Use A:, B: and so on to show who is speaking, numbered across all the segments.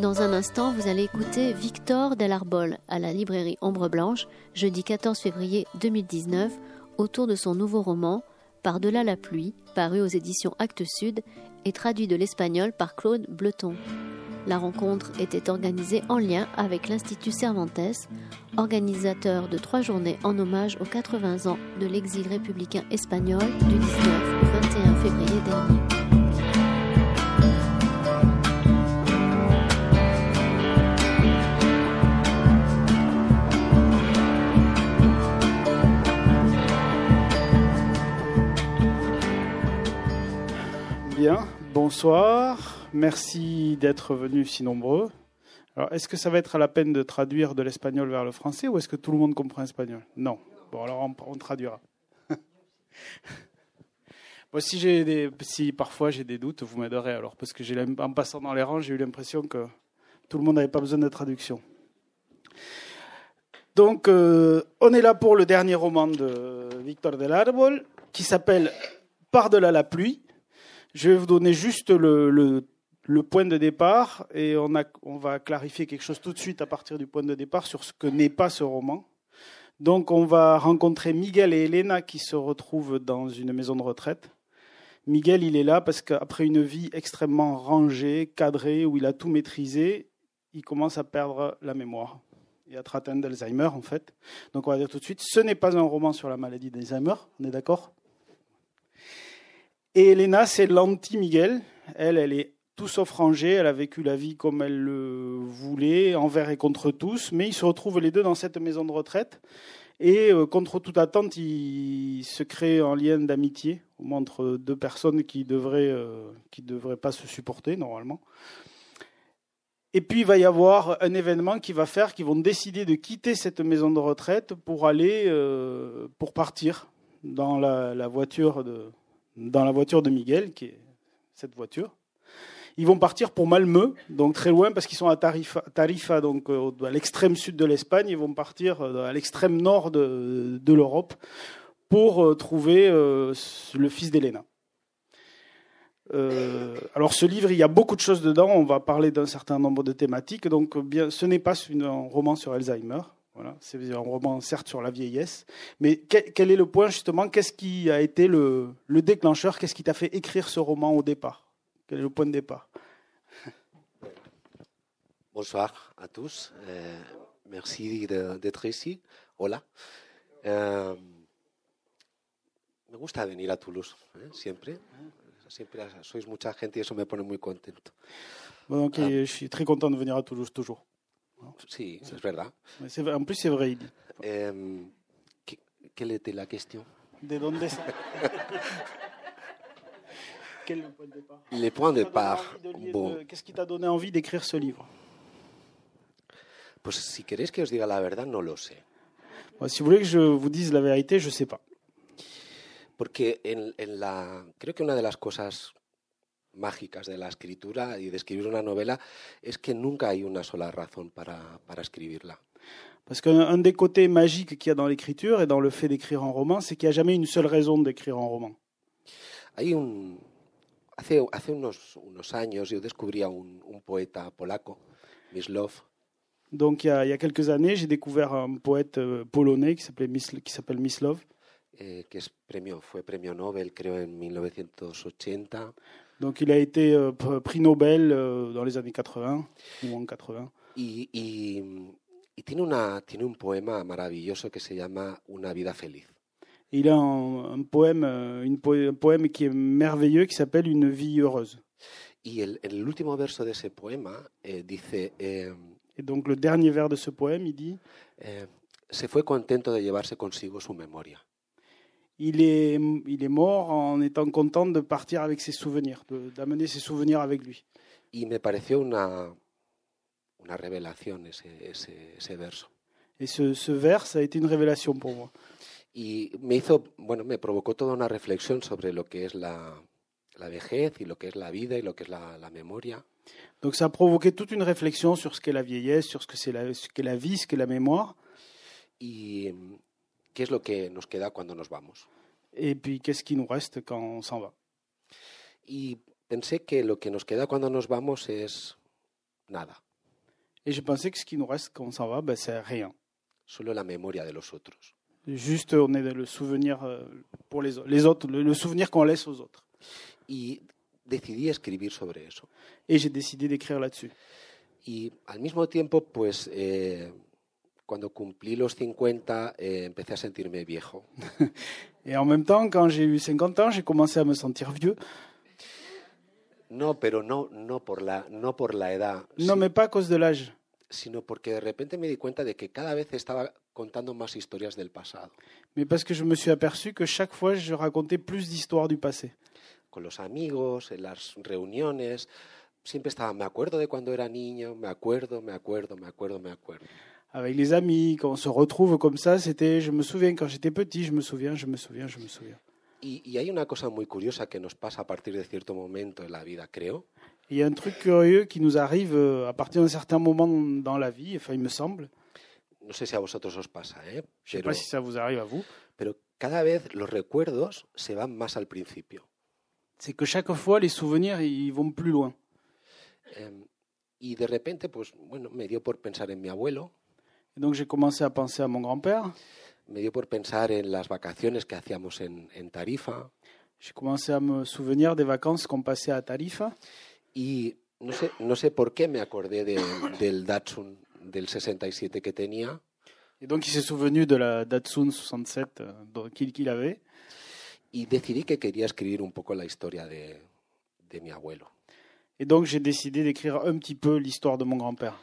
A: Dans un instant, vous allez écouter Victor Dellarbol à la librairie Ombre Blanche, jeudi 14 février 2019, autour de son nouveau roman Par-delà la pluie, paru aux éditions Actes Sud et traduit de l'espagnol par Claude Bleton. La rencontre était organisée en lien avec l'Institut Cervantes, organisateur de trois journées en hommage aux 80 ans de l'exil républicain espagnol du 19 au 21 février dernier.
B: Bien, bonsoir. Merci d'être venus si nombreux. Alors, est-ce que ça va être à la peine de traduire de l'espagnol vers le français ou est-ce que tout le monde comprend l'espagnol Non. Bon, alors on, on traduira. bon, si, j'ai des, si parfois j'ai des doutes, vous m'aiderez alors, parce que j'ai, l'im- en passant dans les rangs, j'ai eu l'impression que tout le monde n'avait pas besoin de traduction. Donc, euh, on est là pour le dernier roman de Victor Del Arbol, qui s'appelle Par-delà la pluie. Je vais vous donner juste le, le- le point de départ et on, a- on va clarifier quelque chose tout de suite à partir du point de départ sur ce que n'est pas ce roman. Donc on va rencontrer Miguel et Elena qui se retrouvent dans une maison de retraite. Miguel, il est là parce qu'après une vie extrêmement rangée, cadrée, où il a tout maîtrisé, il commence à perdre la mémoire et à être atteint d'Alzheimer en fait. Donc on va dire tout de suite, ce n'est pas un roman sur la maladie d'Alzheimer, on est d'accord et Elena, c'est l'anti-Miguel. Elle, elle est tout sauf rangée. Elle a vécu la vie comme elle le voulait, envers et contre tous. Mais ils se retrouvent les deux dans cette maison de retraite. Et euh, contre toute attente, il se crée un lien d'amitié au moins entre deux personnes qui devraient, euh, qui devraient pas se supporter normalement. Et puis il va y avoir un événement qui va faire qu'ils vont décider de quitter cette maison de retraite pour aller, euh, pour partir dans la- la voiture de, dans la voiture de Miguel, qui est cette voiture. Ils vont partir pour Malmö, donc très loin, parce qu'ils sont à Tarifa, Tarifa, donc euh, à l'extrême sud de l'Espagne. Ils vont partir euh, à l'extrême nord de, de l'Europe pour euh, trouver euh, le fils d'Elena. Euh, alors ce livre, il y a beaucoup de choses dedans. On va parler d'un certain nombre de thématiques. Donc euh, bien, ce n'est pas une- un roman sur Alzheimer. Voilà, c'est un roman certes sur la vieillesse, mais quel, quel est le point justement Qu'est-ce qui a été le, le déclencheur Qu'est-ce qui t'a fait écrire ce roman au départ Quel est le point de départ
C: Bonsoir à tous. Euh, merci de- d'être ici. Hola. Euh, me gusta venir a Toulouse, ¿eh? siempre. Siempre sois mucha gente y eso me pone muy contento.
B: Bon,
C: Ah.
B: ok, Je suis très content de venir à Toulouse toujours.
C: Sí, es verdad.
B: Mais c'est vrai- en plus, c'est vrai, il dit.
C: Eh, ¿qué- ¿Quel était la question
B: De dónde ça Quel est le point de départ Qu'est-ce qui t'a donné envie de lire-
C: Les points de départ. Bon,
B: de- Qu'est-ce qui t'a donné envie d'écrire ce livre
C: pues si queréis que os diga la verdad, no lo sé.
B: Bon, Bah, Si vous voulez que je vous dise la vérité, je ne sais pas.
C: Porque en, en la, creo que una de las cosas mágicas de la escritura y de escribir una novela es que nunca hay una sola razón para, para escribirla.
B: Parce qu'un un des côtés magiques qu'il y a dans l'écriture et dans le fait d'écrire un roman, c'est qu'il n'y a jamais une seule raison d'écrire un roman.
C: Hay un, hace, hace unos, unos años yo descubrí a un, un poeta polaco, Mislov,
B: Donc il y, a, il y a quelques années, j'ai découvert un poète euh, polonais qui s'appelait Mis- qui s'appelle Mislov.
C: eh, que es premio, fue premio Nobel creo en 1980
B: Donc il a été euh, pr- prix Nobel euh, dans les années 80 ou en 80.
C: y, y- y tiene, una, tiene un poema maravilloso que se llama Una vida feliz.
B: Et il a un, un poème, euh, une po- un poème qui est merveilleux qui s'appelle Une vie heureuse.
C: Y el, el último verso de ese poema eh, dice... em,
B: Et donc le dernier vers de ce poème, il dit
C: Eh, se fue contento de llevarse consigo su memoria.
B: il est, il est mort en étant content de partir avec ses souvenirs, de- d'amener ses souvenirs avec lui.
C: Y me pareció una, una revelación ese, ese, ese verso.
B: Et ce, ce vers, ça a été une révélation pour moi.
C: Y me hizo, bueno, me provocó toda una reflexión sobre lo que es la, la vejez y lo que es la vida y lo que es la, la memoria.
B: Donc ça a provoqué toute une réflexion sur ce qu'est la vieillesse, sur ce que c'est la- ce qu'est la vie, ce qu'est la mémoire.
C: Y mm, qué es lo que nos queda cuando nos vamos.
B: Et puis, qu'est-ce qui nous reste quand on s'en va
C: Y Pensé que lo que nos queda cuando nos vamos es nada,
B: Et j'ai pensé que ce qui nous reste quand on s'en va, ben, c'est rien.
C: solo la memoria de los otros.
B: Juste, on est le souvenir euh, pour les, au- les autres, le, le souvenir qu'on laisse aux autres.
C: Y decidí escribir sobre eso.
B: Et j'ai décidé d'écrire là-dessus.
C: Y al mismo tiempo, pues eh, cuando cumplí los 50 eh, empecé a sentirme viejo.
B: Et en même temps, quand j'ai eu 50 ans, j'ai commencé à me sentir vieux.
C: No, pero no, no, por, la, no por la edad,
B: Non,
C: si-
B: mais pas à cause de l'âge.
C: sino porque de repente me di cuenta de que cada vez estaba contando más historias del pasado,
B: Mais parce que je me suis aperçu que chaque fois, je racontais plus d'histoires du passé.
C: con los amigos, en las reuniones. Siempre estaba, me acuerdo de cuando era niño, me acuerdo, me acuerdo, me acuerdo, me acuerdo.
B: Avec les amis, quand on se retrouve comme ça, c'était je me souviens quand j'étais petit, je me souviens, je me souviens, je me souviens.
C: Y, y hay una cosa muy curiosa que nos pasa a partir de cierto momento en la vida, creo,
B: Il y a un truc curieux qui nous arrive euh, à partir d'un certain moment dans la vie, enfin, il me semble.
C: no sé si a vosotros os pasa, ¿eh?
B: Je ne sais
C: pero,
B: pas si ça vous arrive à vous.
C: pero cada vez los recuerdos se van más al principio.
B: C'est que chaque fois, les souvenirs, ils vont plus loin.
C: Em, y de repente, pues bueno, me dio por pensar en mi abuelo,
B: Et donc, j'ai commencé à penser à mon grand-père.
C: me dio por pensar en las vacaciones que hacíamos en, en Tarifa
B: J'ai commencé à me souvenir des vacances qu'on passait à Tarifa.
C: y no sé, no sé por qué me acordé de- del Datsun del 67 que tenía
B: Et donc, il s'est souvenu de la Datsun 67 euh, dont- qu'il qu'il avait.
C: y decidí que quería escribir un poco la historia de, de mi abuelo,
B: Et donc, j'ai décidé d'écrire un petit peu l'histoire de mon grand-père.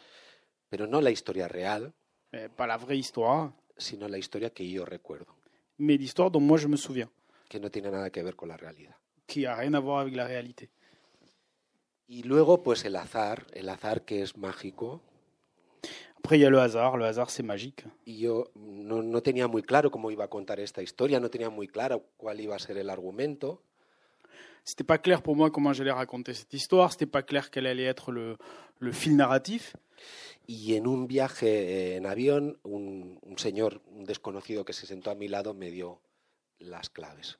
C: pero no la historia real,
B: Mais Pas la vraie histoire,
C: sino la historia que yo recuerdo,
B: mais l'histoire dont moi je me souviens,
C: que no tiene nada que ver con la realidad.
B: qui a rien à voir avec la réalité.
C: Y luego, pues el azar, el azar que es mágico,
B: Après, il y a le hasard. Le hasard, c'est magique.
C: y yo no, no tenía muy claro cómo iba a contar esta historia, no tenía muy claro cuál iba a ser el argumento.
B: C'était pas clair pour moi comment j'allais raconter cette histoire. C'était pas clair quel allait être le, le fil narratif.
C: Y en un viaje eh, en avión, un, un señor, un desconocido que se sentó a mi lado, me dio las claves.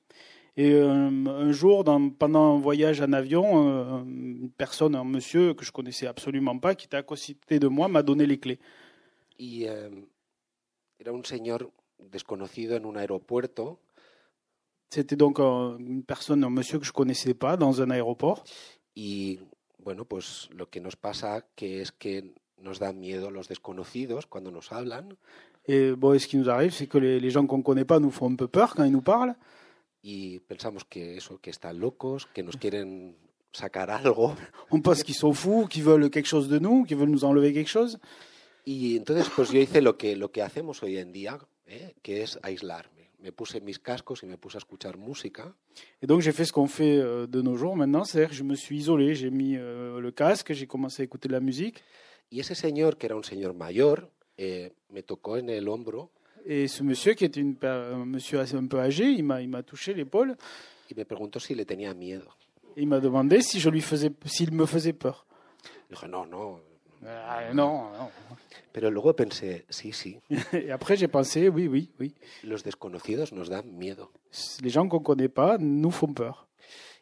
B: Et euh, un jour, dans- pendant un voyage en avion, euh, une personne, un monsieur que je connaissais absolument pas, qui était à côté de moi, m'a donné les clés.
C: Y eh, era un señor desconocido en un aeropuerto
B: C'était donc un- une personne, un monsieur que je connaissais pas, dans un aéroport.
C: y, bueno, pues lo que nos pasa que es que nos dan miedo los desconocidos cuando nos hablan
B: Et bon, et ce qui nous arrive, c'est que les, les gens qu'on connaît pas nous font un peu peur quand ils nous parlent.
C: y pensamos que eso, que están locos, que nos quieren sacar algo.
B: On pense qu'ils sont fous, qu'ils veulent quelque chose de nous, qu'ils veulent nous enlever quelque chose.
C: Y entonces, pues yo hice lo que, lo que hacemos hoy en día, ¿eh? que es aislarme. Me puse mis cascos y me puse a escuchar música
B: Et donc j'ai fait ce qu'on fait euh, de nos jours maintenant, c'est-à-dire que je me suis isolé, j'ai mis euh, le casque, j'ai commencé à écouter de la musique.
C: y ese señor, que era un señor mayor, eh, me tocó en el hombro
B: Et ce monsieur, qui était une per- un monsieur assez- un peu âgé, il m'a il m'a touché l'épaule
C: y me preguntó si le tenía miedo.
B: et il m'a demandé si je lui faisais, s'il me faisait peur.
C: Dije, no, no.
B: Ah, non, non.
C: Pero luego pensé, sí, sí,
B: Et après j'ai pensé, oui, oui, oui,
C: los desconocidos nos dan miedo
B: les gens qu'on connaît pas nous font peur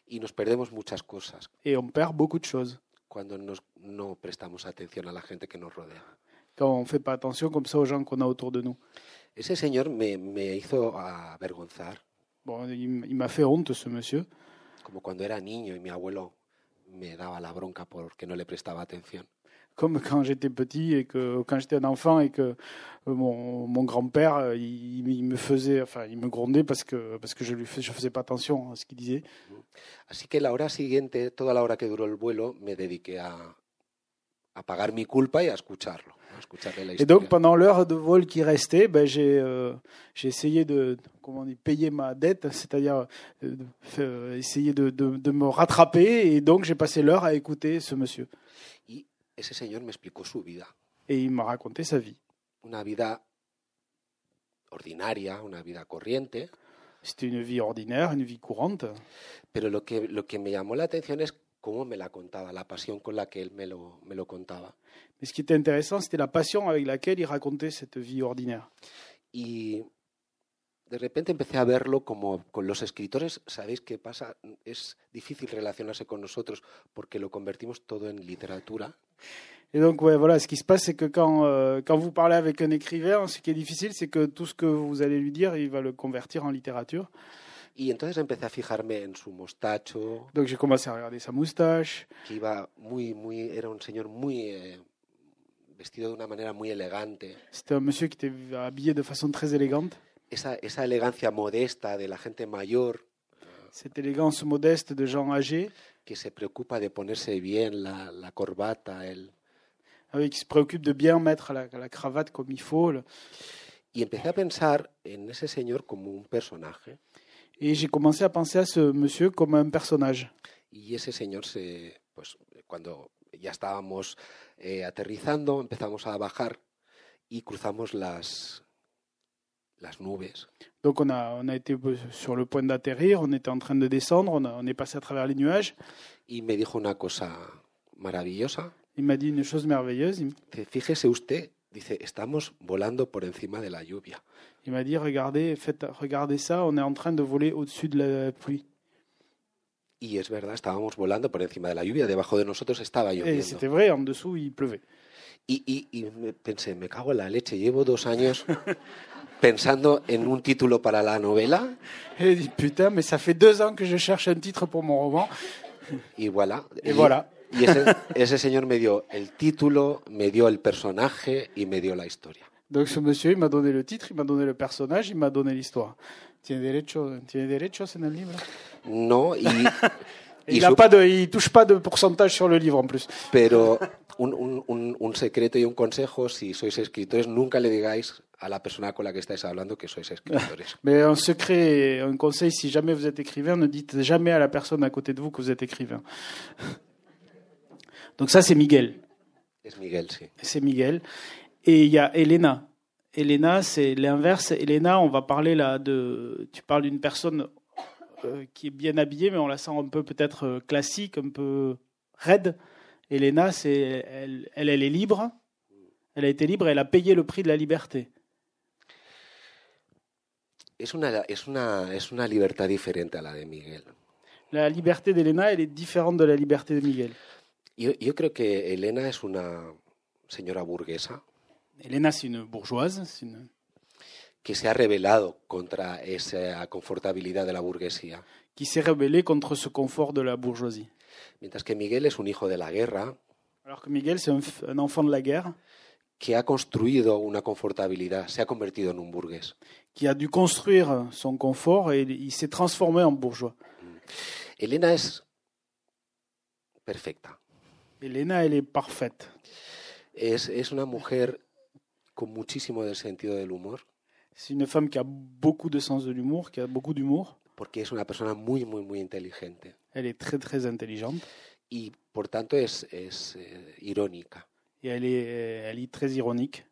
C: y nos perdemos muchas cosas
B: et on perd beaucoup de choses
C: cuando nos- no prestamos atención a la gente que nos rodea.
B: quand on fait pas attention comme ça aux gens qu'on a autour de nous.
C: Ese señor me, me hizo avergonzar,
B: Bon, il m- il m'a fait honte ce monsieur.
C: como cuando era niño y mi abuelo me daba la bronca porque no le prestaba atención.
B: comme quand j'étais petit et que quand j'étais un enfant et que euh, mon, mon grand-père euh, il, il me faisait enfin il me grondait parce que parce que je lui fais- je faisais pas attention à ce qu'il disait
C: Así que la hora siguiente, toda la hora que duró el vuelo, me dediqué a, a pagar mi culpa y a escucharlo, a escucharle la
B: et
C: historia.
B: donc pendant l'heure de vol qui restait ben j'ai euh, j'ai essayé de comment on dit, payer ma dette c'est-à-dire euh, de faire- euh, essayer de, de- de me rattraper et donc j'ai passé l'heure à écouter ce monsieur
C: Y ese señor me explicó su vida,
B: et il m'a raconté sa vie
C: una vida ordinaria, una vida corriente,
B: c'était une vie ordinaire une vie courante
C: pero lo que, lo que me llamó la atención es cómo me la contaba, la pasión con la que él me lo, me lo contaba.
B: mais ce qui était intéressant c'était la passion avec laquelle il racontait cette vie ordinaire
C: Y de repente empecé a verlo como con los escritores, ¿sabéis qué pasa? Es difícil relacionarse con nosotros porque lo convertimos todo en literatura.
B: Et donc, ouais, voilà, ce qui se passe, c'est que quand, euh, quand vous parlez avec un écrivain, ce qui est difficile, c'est que tout ce que vous allez lui dire, il va le convertir en littérature.
C: Y entonces empecé a fijarme en su mostacho,
B: Donc, j'ai commencé à regarder sa moustache.
C: que iba muy, muy, era un señor muy eh, vestido de una manera muy elegante.
B: C'était un monsieur qui était habillé de façon très élégante.
C: Esa, esa elegancia modesta de la gente mayor
B: Cette élégance modeste de gens âgés,
C: que se preocupa de ponerse bien la, la corbata, el,
B: ah oui, qui se préoccupe de bien mettre la, la cravate comme il faut. le-
C: Y empecé a pensar en ese señor como un personaje.
B: Et j'ai commencé à penser à ce monsieur comme un personnage.
C: Y ese señor se, pues, cuando ya estábamos eh, aterrizando, empezamos a bajar y cruzamos las, las nubes.
B: Donc on a, on a été euh, sur le point d'atterrir, on était en train de descendre, on, a- on est passé à travers les nuages.
C: Y me dijo una cosa maravillosa.
B: Il m'a dit une chose merveilleuse. Il m-
C: Dice, Fíjese usted, dice, estamos volando por encima de la lluvia.
B: il m'a dit regardez, faites, regardez ça, on est en train de voler au-dessus de la pluie.
C: Y es verdad, estábamos volando por encima de la lluvia. Debajo de nosotros estaba
B: Et
C: lloviendo.
B: c'était vrai, en dessous il pleuvait.
C: Y, y- y me- pensé, me cago en la leche, llevo dos años pensando en un título para la novela
B: Et il dit putain, mais ça fait deux ans que je cherche un titre pour mon roman.
C: y voilà.
B: Et voilà.
C: Y ese, ese señor me dio el título, me dio el personaje y me dio la historia.
B: Donc ce monsieur, il m'a donné le titre, il m'a donné le personnage, il m'a donné l'histoire. Tiene derecho, tiene derechos en el libro.
C: No, y, y
B: Il n'a
C: su-
B: pas de, il touche pas de pourcentage sur le livre en plus.
C: pero un, un- un- un secreto y un consejo, si sois escritores, nunca le digáis a la persona con la que estáis hablando que sois escritores.
B: Mais un secret, un conseil, si jamais vous êtes écrivain, ne dites jamais à la personne à côté de vous que vous êtes écrivain. Donc ça, c'est Miguel.
C: Es Miguel, sí.
B: C'est Miguel. Et il y a Elena. Elena, c'est l'inverse. Elena, on va parler là de... Tu parles d'une personne euh, qui est bien habillée, mais on la sent un peu peut-être euh, classique, un peu raide. Elena, c'est elle, elle, elle est libre. Elle a été libre, elle a payé le prix de la liberté.
C: Es una, es, una, es una libertad diferente a la de Miguel.
B: La liberté d'Elena, elle est différente de la liberté de Miguel.
C: Yo, yo creo que Elena es una señora burguesa
B: Elena, c'est une bourgeoise. c'est une-
C: que se ha rebelado contra esa confortabilidad de la burguesía.
B: qui s'est rebellée contre ce confort de la bourgeoisie.
C: Mientras que Miguel es un hijo de la guerra
B: Alors que Miguel, c'est un, f- un enfant de la guerre
C: que ha construido una confortabilidad, se ha convertido en un burgués.
B: qui a dû construire son confort et il s'est transformé en bourgeois.
C: Elena es perfecta.
B: Elena, elle est parfaite.
C: Es, es una mujer con muchísimo del sentido del humor,
B: C'est une femme qui a beaucoup de sens de l'humour, qui a beaucoup d'humour.
C: porque es una persona muy, muy, muy inteligente.
B: Elle est très très intelligente
C: Y por tanto es, es, eh, irónica.
B: et elle est, elle est très ironique.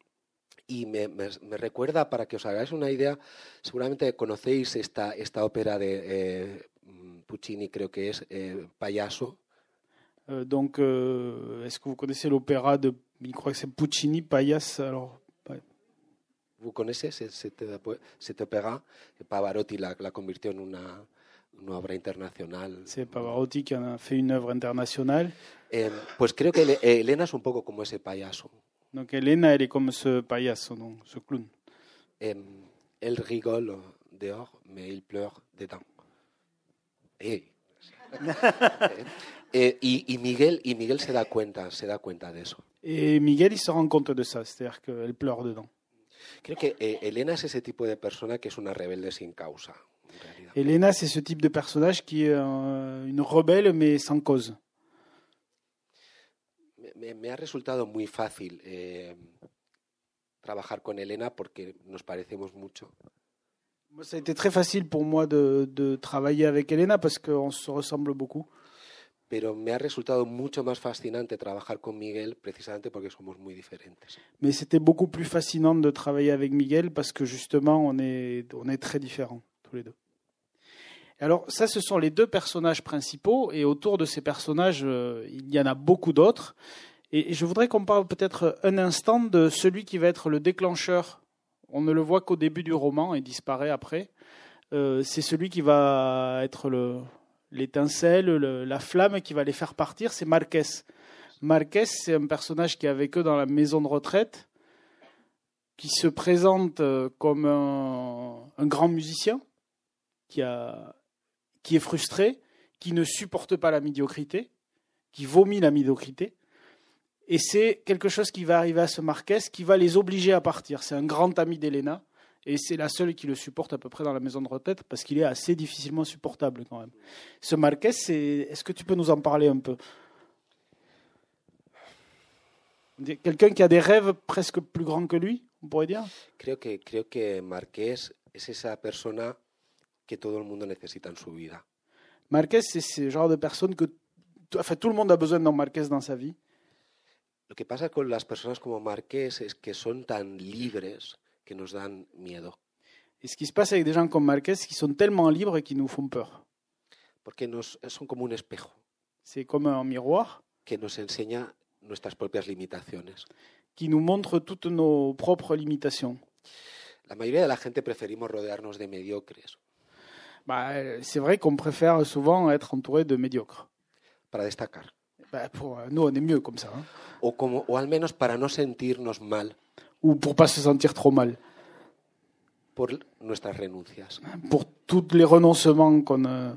C: Y me, me- me recuerda, para que os hagáis una idea, seguramente conocéis esta, esta ópera de eh, mm, Puccini, creo que es eh, Payaso.
B: Euh, donc, euh, est-ce que vous connaissez l'opéra de, je crois que c'est Puccini, Payas Alors,
C: ¿Vous connaissez ce- cette, opé- cette opéra? eh, Pavarotti la, la convirtió en una, una obra internacional.
B: c'est Pavarotti qui en a fait une œuvre internationale.
C: Eh, pues creo que Ele- eh, Elena es un poco como ese payaso.
B: Donc, Elena, elle est comme ce payaso, donc, ce clown.
C: Em, él rigole dehors, mais il pleure dedans. Eh. Eh, y, y Miguel, y Miguel se da cuenta, se da cuenta de eso.
B: Et Miguel, il se rend compte de ça, c'est-à-dire qu'elle pleure dedans.
C: Creo que eh, Elena es ese tipo de persona que es una rebelde sin causa, en realidad.
B: Elena, c'est ce type de personnage qui est euh, une rebelle, mais sans cause.
C: Me- Me, me ha resultado muy fácil eh, trabajar con Elena porque nos parecemos mucho.
B: Moi, ça a été très facile pour moi de, de travailler avec Elena parce qu'on se ressemble beaucoup.
C: Pero me ha resultado mucho más fascinante trabajar con Miguel precisamente porque somos muy diferentes.
B: Mais c'était beaucoup plus fascinant de travailler avec Miguel parce que justement, on est, on est très différents, tous les deux. Alors, ça, ce sont les deux personnages principaux. Et autour de ces personnages, euh, il y en a beaucoup d'autres. Et et je voudrais qu'on parle peut-être un instant de celui qui va être le déclencheur on ne le voit qu'au début du roman et disparaît après. Euh, c'est celui qui va être le, l'étincelle, le- la flamme qui va les faire partir, c'est Marquez. Marquez, c'est un personnage qui est avec eux dans la maison de retraite, qui se présente euh, comme un, un grand musicien, qui, a, qui est frustré, qui ne supporte pas la médiocrité, qui vomit la médiocrité. Et c'est quelque chose qui va arriver à ce Marquez, qui va les obliger à partir. C'est un grand ami d'Elena, et c'est la seule qui le supporte à peu près dans la maison de retraite, parce qu'il est assez difficilement supportable quand même. Ce Marquez, c'est... est-ce que tu peux nous en parler un peu Des- Quelqu'un qui a des rêves presque plus grands que lui, on pourrait dire
C: Creo que, creo que Marqués es esa persona que todo el mundo necesita en su vida.
B: Marquez, c'est ce genre de personne que t- enfin, tout le monde a besoin d'un Marquez dans sa vie.
C: Lo que pasa con las personas como Marqués es que son tan libres que nos dan miedo,
B: Et ce qui se passe avec des gens comme Marquez, qui sont tellement libres et qui nous font peur.
C: porque nos, son como un espejo
B: C'est comme un miroir
C: que nos enseña nuestras propias limitaciones.
B: qui nous montre toutes nos propres limitations.
C: La mayoría de la gente preferimos rodearnos de mediocres
B: Bah, euh, c'est vrai qu'on préfère souvent être entouré de médiocres.
C: para destacar,
B: Bah, pour euh, nous, on est mieux comme ça. hein.
C: o, como, o al menos para no sentirnos mal
B: Ou pour pas se sentir trop mal.
C: por nuestras renuncias.
B: Pour tous les renoncements qu'on euh,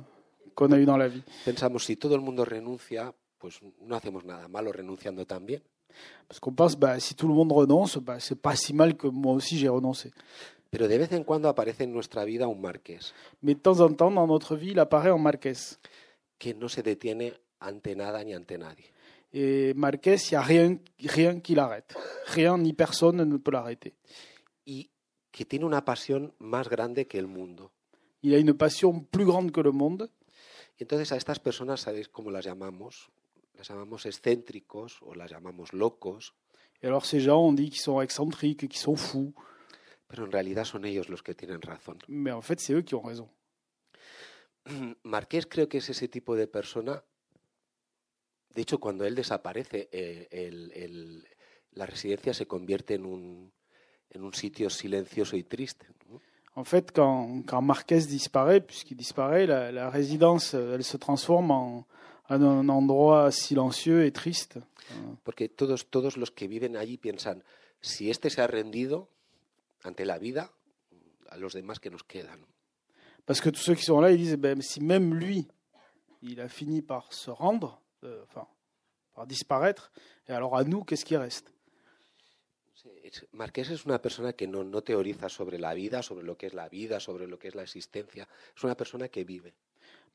B: qu'on a eu dans la vie.
C: Pensamos, si todo el mundo renuncia, pues no hacemos nada malo renunciando también.
B: Parce qu'on pense, bah, si tout le monde renonce, bah, c'est pas si mal que moi aussi j'ai renoncé.
C: Pero de vez en cuando aparece en nuestra vida un marqués
B: Mais de temps en temps, dans notre vie, il apparaît en Marquez.
C: que no se detiene ante nada ni ante nadie.
B: Et Marquez, il n'y a rien, rien qui l'arrête. Rien ni personne ne peut l'arrêter.
C: Y que tiene una pasión más grande que el mundo.
B: Il a une passion plus grande que le monde.
C: Y entonces a estas personas, ¿sabéis cómo las llamamos? Las llamamos excéntricos o las llamamos locos,
B: Et alors, ces gens, on dit qu'ils sont excentriques, qu'ils sont fous.
C: pero en realidad son ellos los que tienen razón.
B: Mais en fait, c'est eux qui ont raison.
C: Marqués creo que es ese tipo de persona. De hecho, cuando él desaparece, eh, el- el- la residencia se convierte en un, en un sitio silencioso y triste. ¿no?
B: En fait, quand, quand Marquez disparaît, puisqu'il disparaît, la, la résidence, euh, elle se transforme en, en un endroit silencieux et triste.
C: Porque todos, todos los que viven allí piensan, si este se ha rendido ante la vida, a los demás que nos quedan.
B: Parce que tous ceux qui sont là, ils disent, eh ben, si même lui, il a fini par se rendre, euh, enfin, par disparaître, et alors à nous, qu'est-ce qui reste
C: Es- Marqués es una persona que no, no teoriza sobre la vida, sobre lo que es la vida, sobre lo que es la existencia. Es una persona que vive.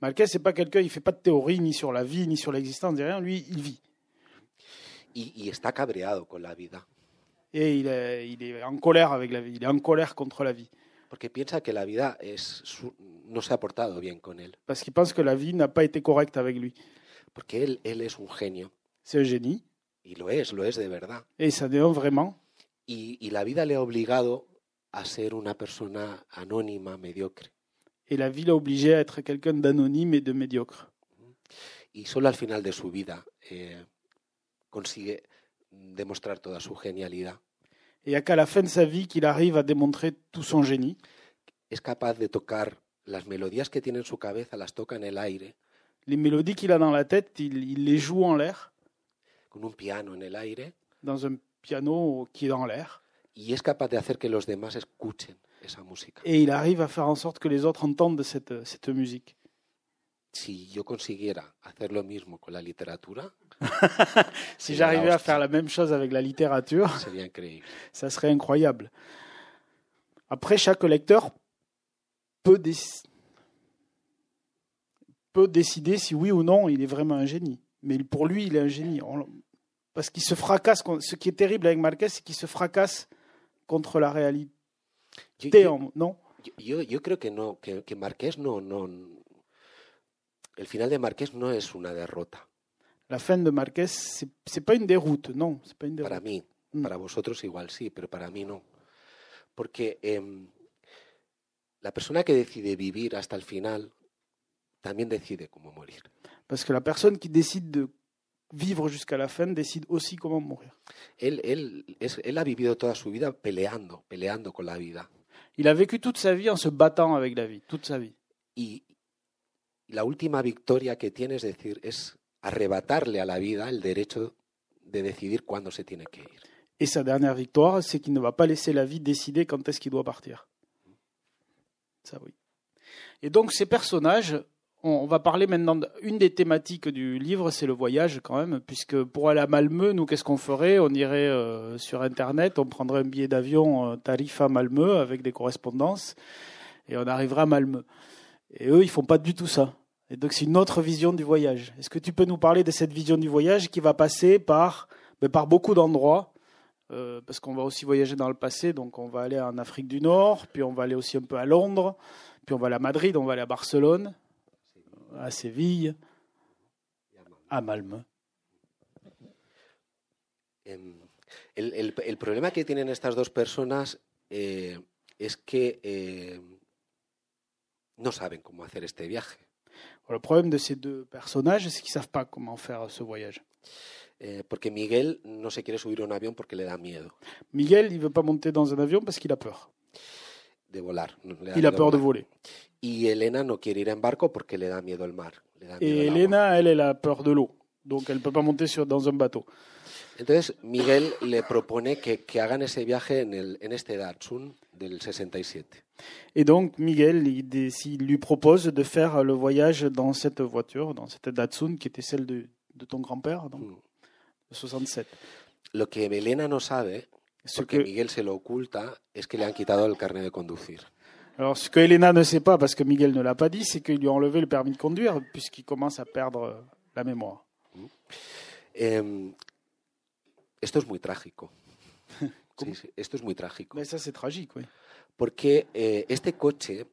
B: Marquez, c'est pas quelqu'un, il fait pas de théorie ni sur la vie, ni sur l'existence, ni rien. Lui, il vit.
C: Y- y está cabreado con la vida.
B: Et il est, il est en colère avec la vie, il est en colère contre la vie.
C: Porque piensa que la vida es su- no se ha portado bien con él.
B: Parce qu'il pense que la vie n'a pas été correcte avec lui.
C: Porque él, él es un genio.
B: C'est un génie,
C: Y lo es, lo es de verdad.
B: et ça devient vraiment.
C: Y, y la vida le ha obligado a ser una persona anónima, mediocre.
B: Et la vie l'a obligé à être quelqu'un d'anonyme et de médiocre.
C: Y solo al final de su vida eh, consigue demostrar toda su genialidad.
B: Et il n'y a qu'à la fin de sa vie qu'il arrive à démontrer tout son génie.
C: Es capaz de tocar las melodías que tiene en su cabeza, las toca en el aire,
B: Les mélodies qu'il a dans la tête, il, il les joue en l'air,
C: con un piano en el aire,
B: dans un piano qui est dans l'air.
C: y es capaz de hacer que los demás escuchen esa música.
B: Et il arrive à faire en sorte que les autres entendent cette, cette musique.
C: Si yo consiguiera hacer lo mismo con la literatura,
B: Si
C: C'est la
B: j'arrivais à
C: hostie.
B: faire la même chose avec la littérature,
C: Sería increíble.
B: ça serait incroyable. Après, chaque lecteur peut, déc- peut décider si oui ou non il est vraiment un génie. Mais pour lui, il est un génie. On- Parce qu'il se fracasse. con- Ce qui est terrible avec Marquez, c'est qu'il se fracasse contre la réalité.
C: Yo, yo-
B: en- Non
C: yo- yo creo que no, que, que Marqués no, no. El final de Marqués no es una derrota.
B: La fin de Marquez, c'est c'est pas une déroute. Non, c'est pas une
C: Para
B: déroute.
C: mí,
B: Mm.
C: para vosotros igual sí, pero para mí no. Porque em, la persona que decide vivir hasta el final también decide cómo morir.
B: Parce que la personne qui décide de vivre jusqu'à la fin décide aussi comment mourir.
C: Él, él, es- él ha vivido toda su vida peleando, peleando con la vida.
B: Il a vécu toute sa vie en se battant avec la vie, toute sa vie.
C: Y la última victoria que tiene, es decir, es arrebatarle a la vida el derecho de decidir cuándo se tiene que ir.
B: Et sa dernière victoire, c'est qu'il ne va pas laisser la vie décider quand est-ce qu'il doit partir. Ça oui. Et donc ces personnages, on, on va parler maintenant d'une des thématiques du livre, c'est le voyage quand même, puisque pour aller à Malmö, nous qu'est-ce qu'on ferait On irait euh, sur Internet, on prendrait un billet d'avion euh, Tarifa Malmö avec des correspondances, et on arriverait à Malmö. Et eux, ils font pas du tout ça. Et donc c'est une autre vision du voyage. Est-ce que tu peux nous parler de cette vision du voyage qui va passer par, ben, par beaucoup d'endroits euh, parce qu'on va aussi voyager dans le passé, donc on va aller en Afrique du Nord, puis on va aller aussi un peu à Londres, puis on va aller à Madrid, on va aller à Barcelone, à Séville, à Malmö.
C: Em, el, el- el problema que tienen estas dos personas eh, es que eh, no saben cómo hacer este viaje.
B: Alors, le problème de ces deux personnages, c'est qu'ils savent pas comment faire ce voyage.
C: Eh, porque Miguel no se quiere subir a un avión porque le da miedo
B: Miguel, il veut pas monter dans un avion parce qu'il a peur.
C: de volar. no- le da
B: Il a
C: miedo
B: peur de
C: volar.
B: voler.
C: Y Elena no quiere ir en barco porque le da miedo el mar. le da miedo
B: Et
C: el agua.
B: Eh, Elena, elle, elle a peur de l'eau. Donc elle peut pas monter sur, dans un bateau.
C: Entonces Miguel le propone que, que hagan ese viaje en, el, en este Datsun del 67.
B: Et donc Miguel, il, décide- il lui propose de faire le voyage dans cette voiture, dans cette Datsun qui était celle de, de ton grand-père, donc,
C: Mm.
B: de 67.
C: Lo que Elena no sabe,
B: Ce
C: porque
B: que,
C: Miguel se lo oculta, es que le han quitado el carnet de conducir.
B: alors, ce que Elena ne sait pas, parce que Miguel ne l'a pas dit, c'est qu'il lui a enlevé le permis de conduire, puisqu'il commence à perdre euh, la mémoire.
C: Em, esto es muy trágico.
B: ¿Cómo?
C: Sí, sí, esto es muy trágico.
B: Mais ça, c'est tragique, oui.
C: Porque eh, este coche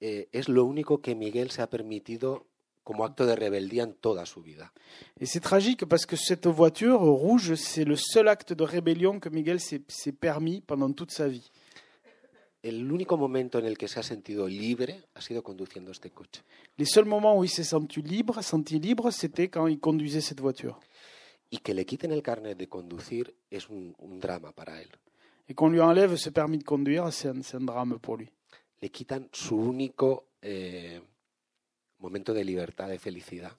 C: eh, es lo único que Miguel se ha permitido como acto de rebeldía en toda su vida.
B: Et c'est tragique parce que cette voiture rouge, c'est le seul acte de rébellion que Miguel s'est s'est permis pendant toute sa vie.
C: El único momento en el que se ha sentido libre ha sido conduciendo este coche.
B: Les seuls moments où il s'est senti libre, senti libre, c'était quand il conduisait cette voiture.
C: Y que le quiten el carnet de conducir es un, un drama para él.
B: Et qu'on lui enlève ce permis de conduire, c'est un, c'est un drame pour lui.
C: Le quitan su único eh, momento de libertad, de felicidad.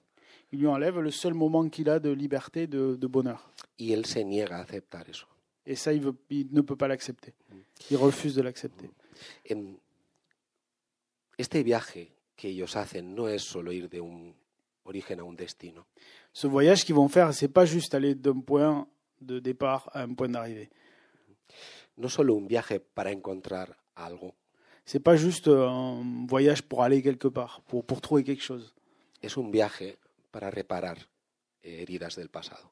B: Il lui enlève le seul moment qu'il a de liberté, de, de bonheur.
C: Y él se niega a aceptar eso.
B: Et ça, il, veut, il ne peut pas l'accepter. Il refuse de l'accepter.
C: Em, Este viaje que ellos hacen no es solo ir de un origen a un destino.
B: ce voyage qu'ils vont faire, c'est pas juste aller d'un point de départ à un point d'arrivée.
C: No solo un viaje para encontrar algo.
B: C'est pas juste euh, un voyage pour aller quelque part, pour, pour trouver quelque chose.
C: Es un viaje para reparar eh, heridas del pasado.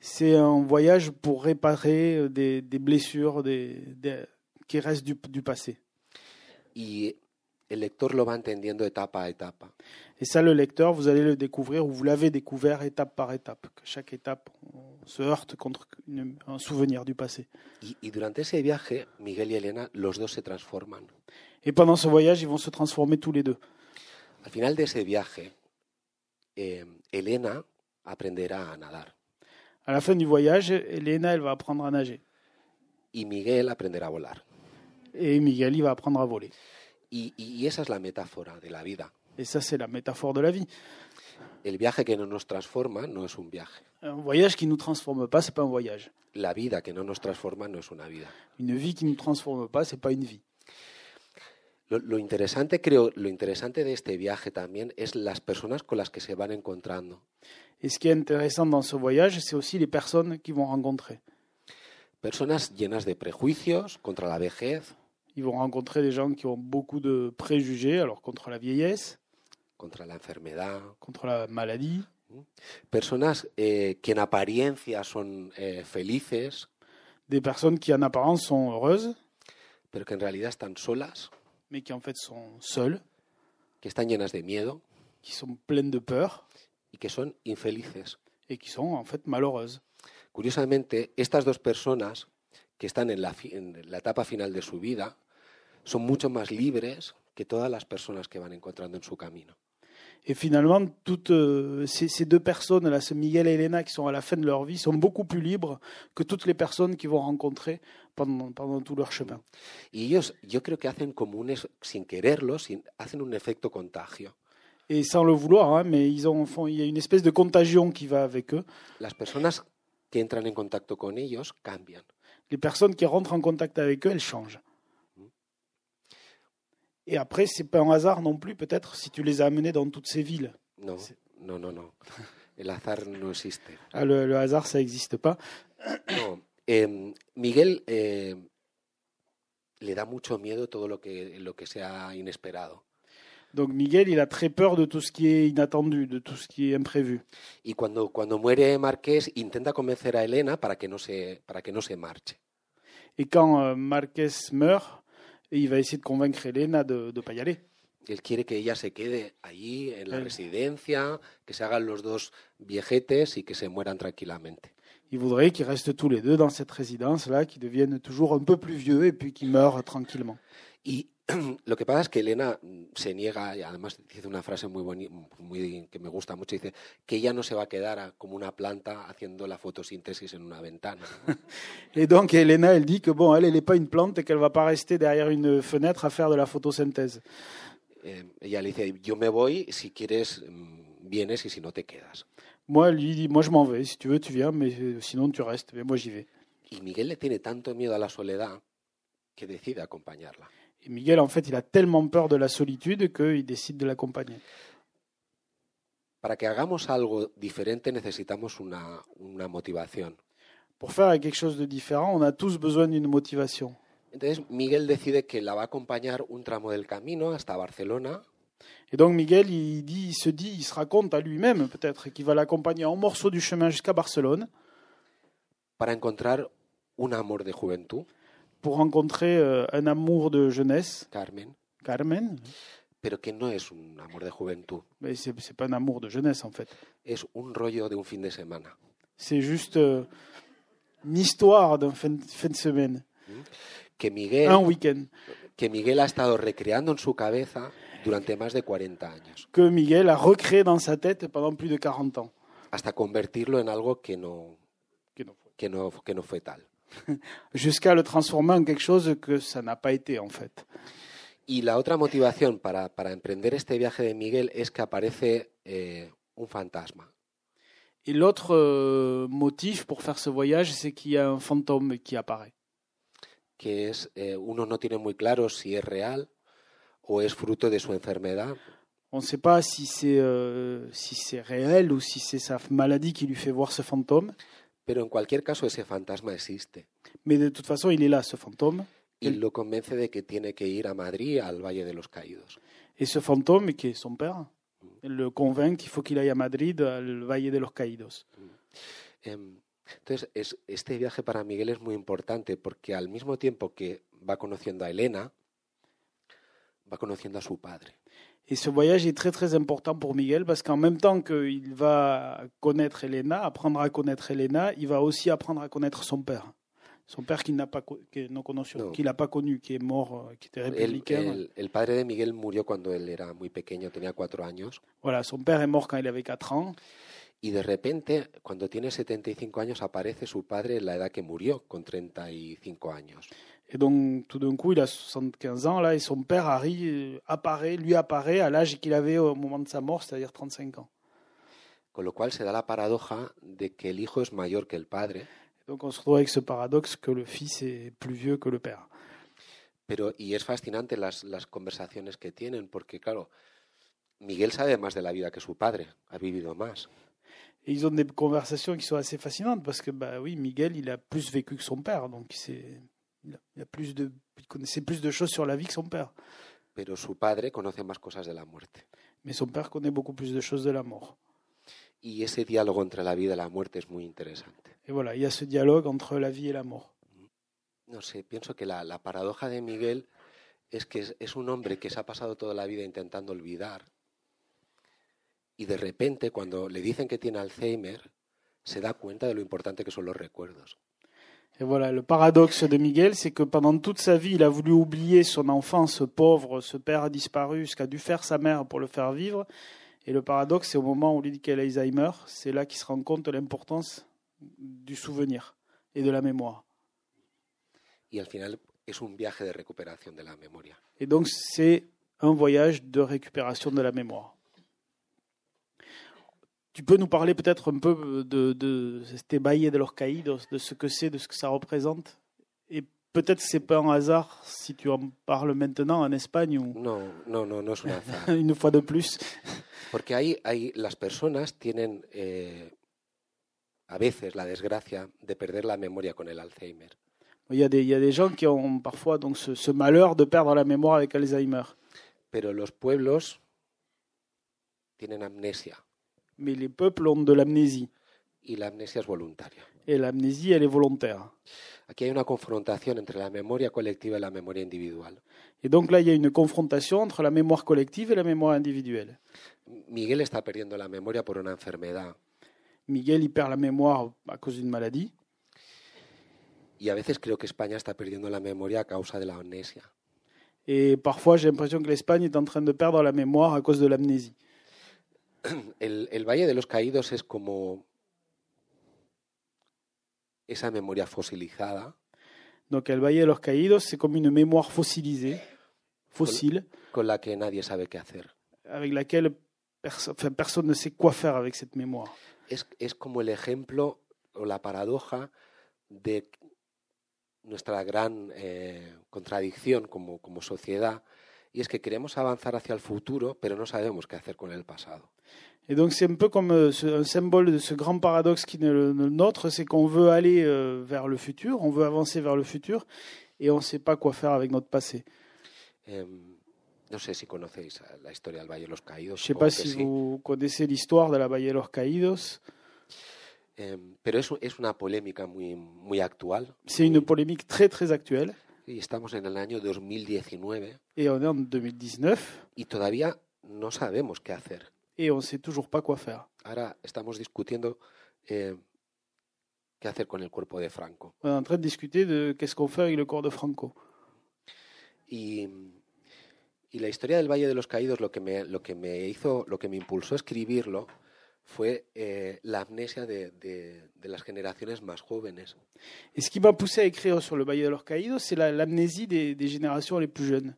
B: C'est un voyage pour réparer euh, des, des blessures des, des- qui restent du, du passé.
C: Y el lector lo va entendiendo etapa a etapa.
B: Et ça, le lecteur, vous allez le découvrir ou vous l'avez découvert étape par étape. Que chaque étape, on se heurte contre une- un souvenir du passé.
C: Y, y durante ese viaje, Miguel y Elena, los dos se transforman.
B: Et pendant ce voyage, ils vont se transformer tous les deux.
C: Al final de ese viaje, eh, Elena aprenderá a nadar
B: À la fin du voyage, Elena, elle va apprendre à nager.
C: y Miguel aprenderá a volar.
B: Et Miguel, il va apprendre à voler.
C: Y- y- y esa es la metáfora de la vida.
B: Et ça, c'est la métaphore de la vie.
C: El viaje que no nos transforma no es un viaje.
B: Un voyage qui ne nous transforme pas, c'est pas un voyage.
C: La vida que no nos transforma no es una vida.
B: Une vie qui ne nous transforme pas, c'est pas une vie.
C: Lo, lo interesante, creo, lo interesante de este viaje también es las personas con las que se van encontrando.
B: Et ce qui est intéressant dans ce voyage, c'est aussi les personnes qu'ils vont rencontrer.
C: Personas llenas de prejuicios contra la vejez,
B: Ils vont rencontrer des gens qui ont beaucoup de préjugés, alors contre la vieillesse,
C: contra la enfermedad.
B: contre la maladie,
C: Personas eh, que en apariencia son eh, felices,
B: des personnes qui en apparence sont heureuses,
C: pero que en realidad están solas,
B: mais qui en fait sont seules,
C: que están llenas de miedo
B: qui sont pleines de peur
C: y que son infelices.
B: et qui sont en fait malheureuses.
C: Curiosamente, estas dos personas que están en la, fi- en la etapa final de su vida son mucho más libres que todas las personas que van encontrando en su camino.
B: Et finalement, toutes euh, ces, ces deux personnes, là, ce Miguel et Elena, qui sont à la fin de leur vie, sont beaucoup plus libres que toutes les personnes qu'ils vont rencontrer pendant, pendant tout leur chemin.
C: Y ellos, yo creo que hacen comunes, sin quererlo, sin- hacen un efecto contagio.
B: Et sans le vouloir, hein, mais ils ont, font- il y a une espèce de contagion qui va avec eux.
C: Las personas que entran en contacto con ellos cambian.
B: Les personnes qui rentrent en contact avec eux, elles changent. Et après, c'est pas un hasard non plus, peut-être, si tu les as amenés dans toutes ces villes.
C: No, no, no, no. El azar no existe.
B: Ah, le, le hasard, ça n'existe pas.
C: No. Eh, Miguel eh, le da mucho miedo todo lo que, lo que sea inesperado.
B: Donc Miguel, il a très peur de tout ce qui est inattendu, de tout ce qui est imprévu.
C: Y cuando, cuando muere Marqués, intenta convencer a Elena para que no se, para que no se marche.
B: Et quand euh, Marquez meurt, il va essayer de convaincre Elena de ne pas y aller.
C: Él quiere que ella se quede allí, en la
B: Claro.
C: residencia, que se hagan los dos viejetes y que se mueran tranquilamente.
B: Il voudrait qu'ils restent tous les deux dans cette résidence-là, qu'ils deviennent toujours un peu plus vieux et puis qu'ils meurent tranquillement.
C: Y lo que pasa es que Elena mm, se niega, y además dice una frase muy bonita, muy, que me gusta mucho, dice que ella no se va a quedar a- como una planta haciendo la fotosíntesis en una ventana.
B: Et donc Elena, elle dit que bon, elle, elle n'est pas une plante et qu'elle va pas rester derrière une fenêtre à faire de la photosynthèse.
C: Eh, ella le dice, yo me voy, si quieres mm, vienes y si no te quedas.
B: Moi, lui, il dit, moi je m'en vais, si tu veux, tu viens, mais euh, sinon tu restes, mais moi j'y vais.
C: Y Miguel le tiene tanto miedo a la soledad que decide acompañarla.
B: Et Miguel, en fait, il a tellement peur de la solitude qu'il décide de l'accompagner.
C: Para que hagamos algo diferente necesitamos una, una motivación.
B: Pour faire quelque chose de différent, on a tous besoin d'une motivation.
C: Entonces Miguel decide que la va a acompañar un tramo del camino hasta Barcelona
B: Et donc Miguel, il, dit, il se dit, il se raconte à lui-même peut-être qu'il va l'accompagner en morceaux du chemin jusqu'à Barcelone
C: para encontrar un amor de juventud,
B: pour rencontrer euh, un amour de jeunesse,
C: Carmen,
B: Carmen.
C: pero que no es un amor de juventud,
B: Mais c'est c'est pas un amour de jeunesse en fait.
C: es un rollo de un fin de semana.
B: C'est juste euh, une histoire d'un fin, fin de semaine,
C: Que Miguel,
B: Ah, un week-end
C: que Miguel ha estado recreando en su cabeza durante más de 40 años,
B: que Miguel a recréé dans sa tête pendant plus de 40 ans.
C: hasta convertirlo en algo que no,
B: Que non.
C: que no, que no fue tal.
B: Jusqu'à le transformer en quelque chose que ça n'a pas été en fait.
C: Y la otra motivación para, para emprender este viaje de Miguel es que aparece eh, un fantasma.
B: Et l'autre euh, motif pour faire ce voyage, c'est qu'il y a un fantôme qui apparaît.
C: que es eh, uno no tiene muy claro si es real o es fruto de su enfermedad
B: On ne sait pas si c'est euh, si c'est réel ou si c'est sa maladie qui lui fait voir ce fantôme,
C: pero en cualquier caso ese fantasma existe
B: mais de toute façon, il est là ce fantôme.
C: y
B: El-
C: lo convence de que tiene que ir a Madrid al Valle de los Caídos
B: Et ce fantôme, qui est son père, le convainc qu'il faut qu'il aille à Madrid, al Valle de los Caídos.
C: Em, entonces es- este viaje para Miguel es muy importante porque al mismo tiempo que va conociendo a Elena va conociendo a su padre
B: Et ce voyage est très très important pour Miguel parce qu'en même temps qu'il va connaître Elena, apprendre à connaître Elena, il va aussi apprendre à connaître son père. Son père qu'il n'a pas, co- que- non, qu'on a sur-
C: Non.
B: qu'il n'a pas connu, qui est mort, euh, qui était
C: el,
B: républicain.
C: el- el padre de Miguel murió cuando él era muy pequeño tenía cuatro años
B: Voilà, son père est mort quand il avait 4 ans.
C: Y de repente, cuando tiene 75 años, aparece su padre en la edad que murió, con 35 años.
B: Et donc, tout d'un coup, il a 75 ans, là, et son père, Harry, euh, apparaît, lui apparaît à l'âge qu'il avait au moment de sa mort, c'est-à-dire 35 ans.
C: Con lo cual se da la paradoja de que el hijo es mayor que el padre,
B: Donc, on se retrouve avec ce paradoxe que le fils est plus vieux que le père.
C: pero y es fascinante las, las conversaciones que tienen, porque claro, Miguel sabe más de la vida que su padre, ha vivido más.
B: Et ils ont des conversations qui sont assez fascinantes, parce que, bah oui, Miguel, il a plus vécu que son père, donc c'est, il, a, il a plus de, il connaissait plus de choses sur la vie que son père.
C: Pero su padre conoce más cosas de la muerte.
B: Mais son père connaît beaucoup plus de choses de la mort.
C: Y ese diálogo entre la vida y la muerte es muy interesante.
B: Et voilà, il y a ce dialogue entre la vie et la mort.
C: No sé, pienso que la, la paradoja de Miguel es que es, es un hombre que se ha pasado toda la vida intentando olvidar y de repente cuando le dicen que tiene Alzheimer se da cuenta de lo importante que son los recuerdos.
B: Et voilà, le paradoxe de Miguel, c'est que pendant toute sa vie, il a voulu oublier son enfance pauvre, ce père disparu, ce qu'a dû faire sa mère pour le faire vivre. Et le paradoxe, c'est au moment où Lidke a l'Alzheimer, c'est là qu'il se rend compte de l'importance du souvenir et de la mémoire.
C: Y al final es un viaje de recuperación de la memoria.
B: Et donc, c'est un voyage de récupération de la mémoire. Tu peux nous parler peut-être un peu de, de este Valle de los Caídos, de ce que c'est, de ce que ça représente Et peut-être c'est pas un hasard si tu en parles maintenant en Espagne ou
C: No, no, no, no es una azar.
B: une fois de plus.
C: Porque ahí, ahí las personas tienen eh, a veces la desgracia de perder la memoria con el Alzheimer.
B: Il y a des, il y a des gens qui ont parfois donc ce, ce malheur de perdre la mémoire avec Alzheimer.
C: Pero los pueblos tienen amnesia
B: Mais les peuples ont de l'amnésie.
C: y la amnesia es voluntaria.
B: Et l'amnésie, elle est volontaire.
C: Aquí hay una confrontación entre la memoria colectiva y la memoria individual.
B: Et donc là, il y a une confrontation entre la mémoire collective et la mémoire individuelle.
C: Miguel está perdiendo la memoria por una enfermedad
B: Miguel, il perd la mémoire à cause d'une maladie.
C: y a veces creo que España está perdiendo la memoria a causa de la amnesia.
B: Et parfois, j'ai l'impression que l'Espagne est en train de perdre la mémoire à cause de l'amnésie.
C: El, el Valle de los Caídos es como esa memoria fosilizada
B: Donc, El Valle de los Caídos, c'est comme une mémoire fossilisée, fossile,
C: con la que nadie sabe qué hacer.
B: avec laquelle perso- enfin, personne ne sait quoi faire avec cette mémoire.
C: Es, es como el ejemplo o la paradoja de nuestra gran eh, contradicción como, como sociedad, y es que queremos avanzar hacia el futuro, pero no sabemos qué hacer con el pasado.
B: Et donc, c'est un peu comme euh, ce- un symbole de ce grand paradoxe qui est le, le nôtre, c'est qu'on veut aller euh, vers le futur, on veut avancer vers le futur, et on ne sait pas quoi faire avec notre passé.
C: Em, no sé si conocéis a la historia del Valle de los
B: Je ne
C: Caídos,
B: sais
C: supongo
B: pas
C: que
B: si
C: sí.
B: vous connaissez l'histoire de la Valle de los Caídos.
C: Em, pero es, es una polémica muy, muy actual
B: C'est une polémique très très actuelle,
C: y estamos en el año 2019
B: et on est en 2019,
C: y todavía no sabemos qué hacer.
B: et on ne sait toujours pas quoi faire.
C: Ahora estamos discutiendo eh, qué hacer con el cuerpo de Franco.
B: On est en train de discuter de qu'est-ce qu'on fait avec le corps de Franco.
C: Y, y la historia del Valle de los Caídos, lo que me, lo que me hizo, lo que me impulsó a escribirlo fue eh, la amnesia de, de- de las generaciones más jóvenes.
B: Et ce qui m'a poussé à écrire sur le Valle de los Caídos, c'est la- l'amnésie des, des générations les plus jeunes.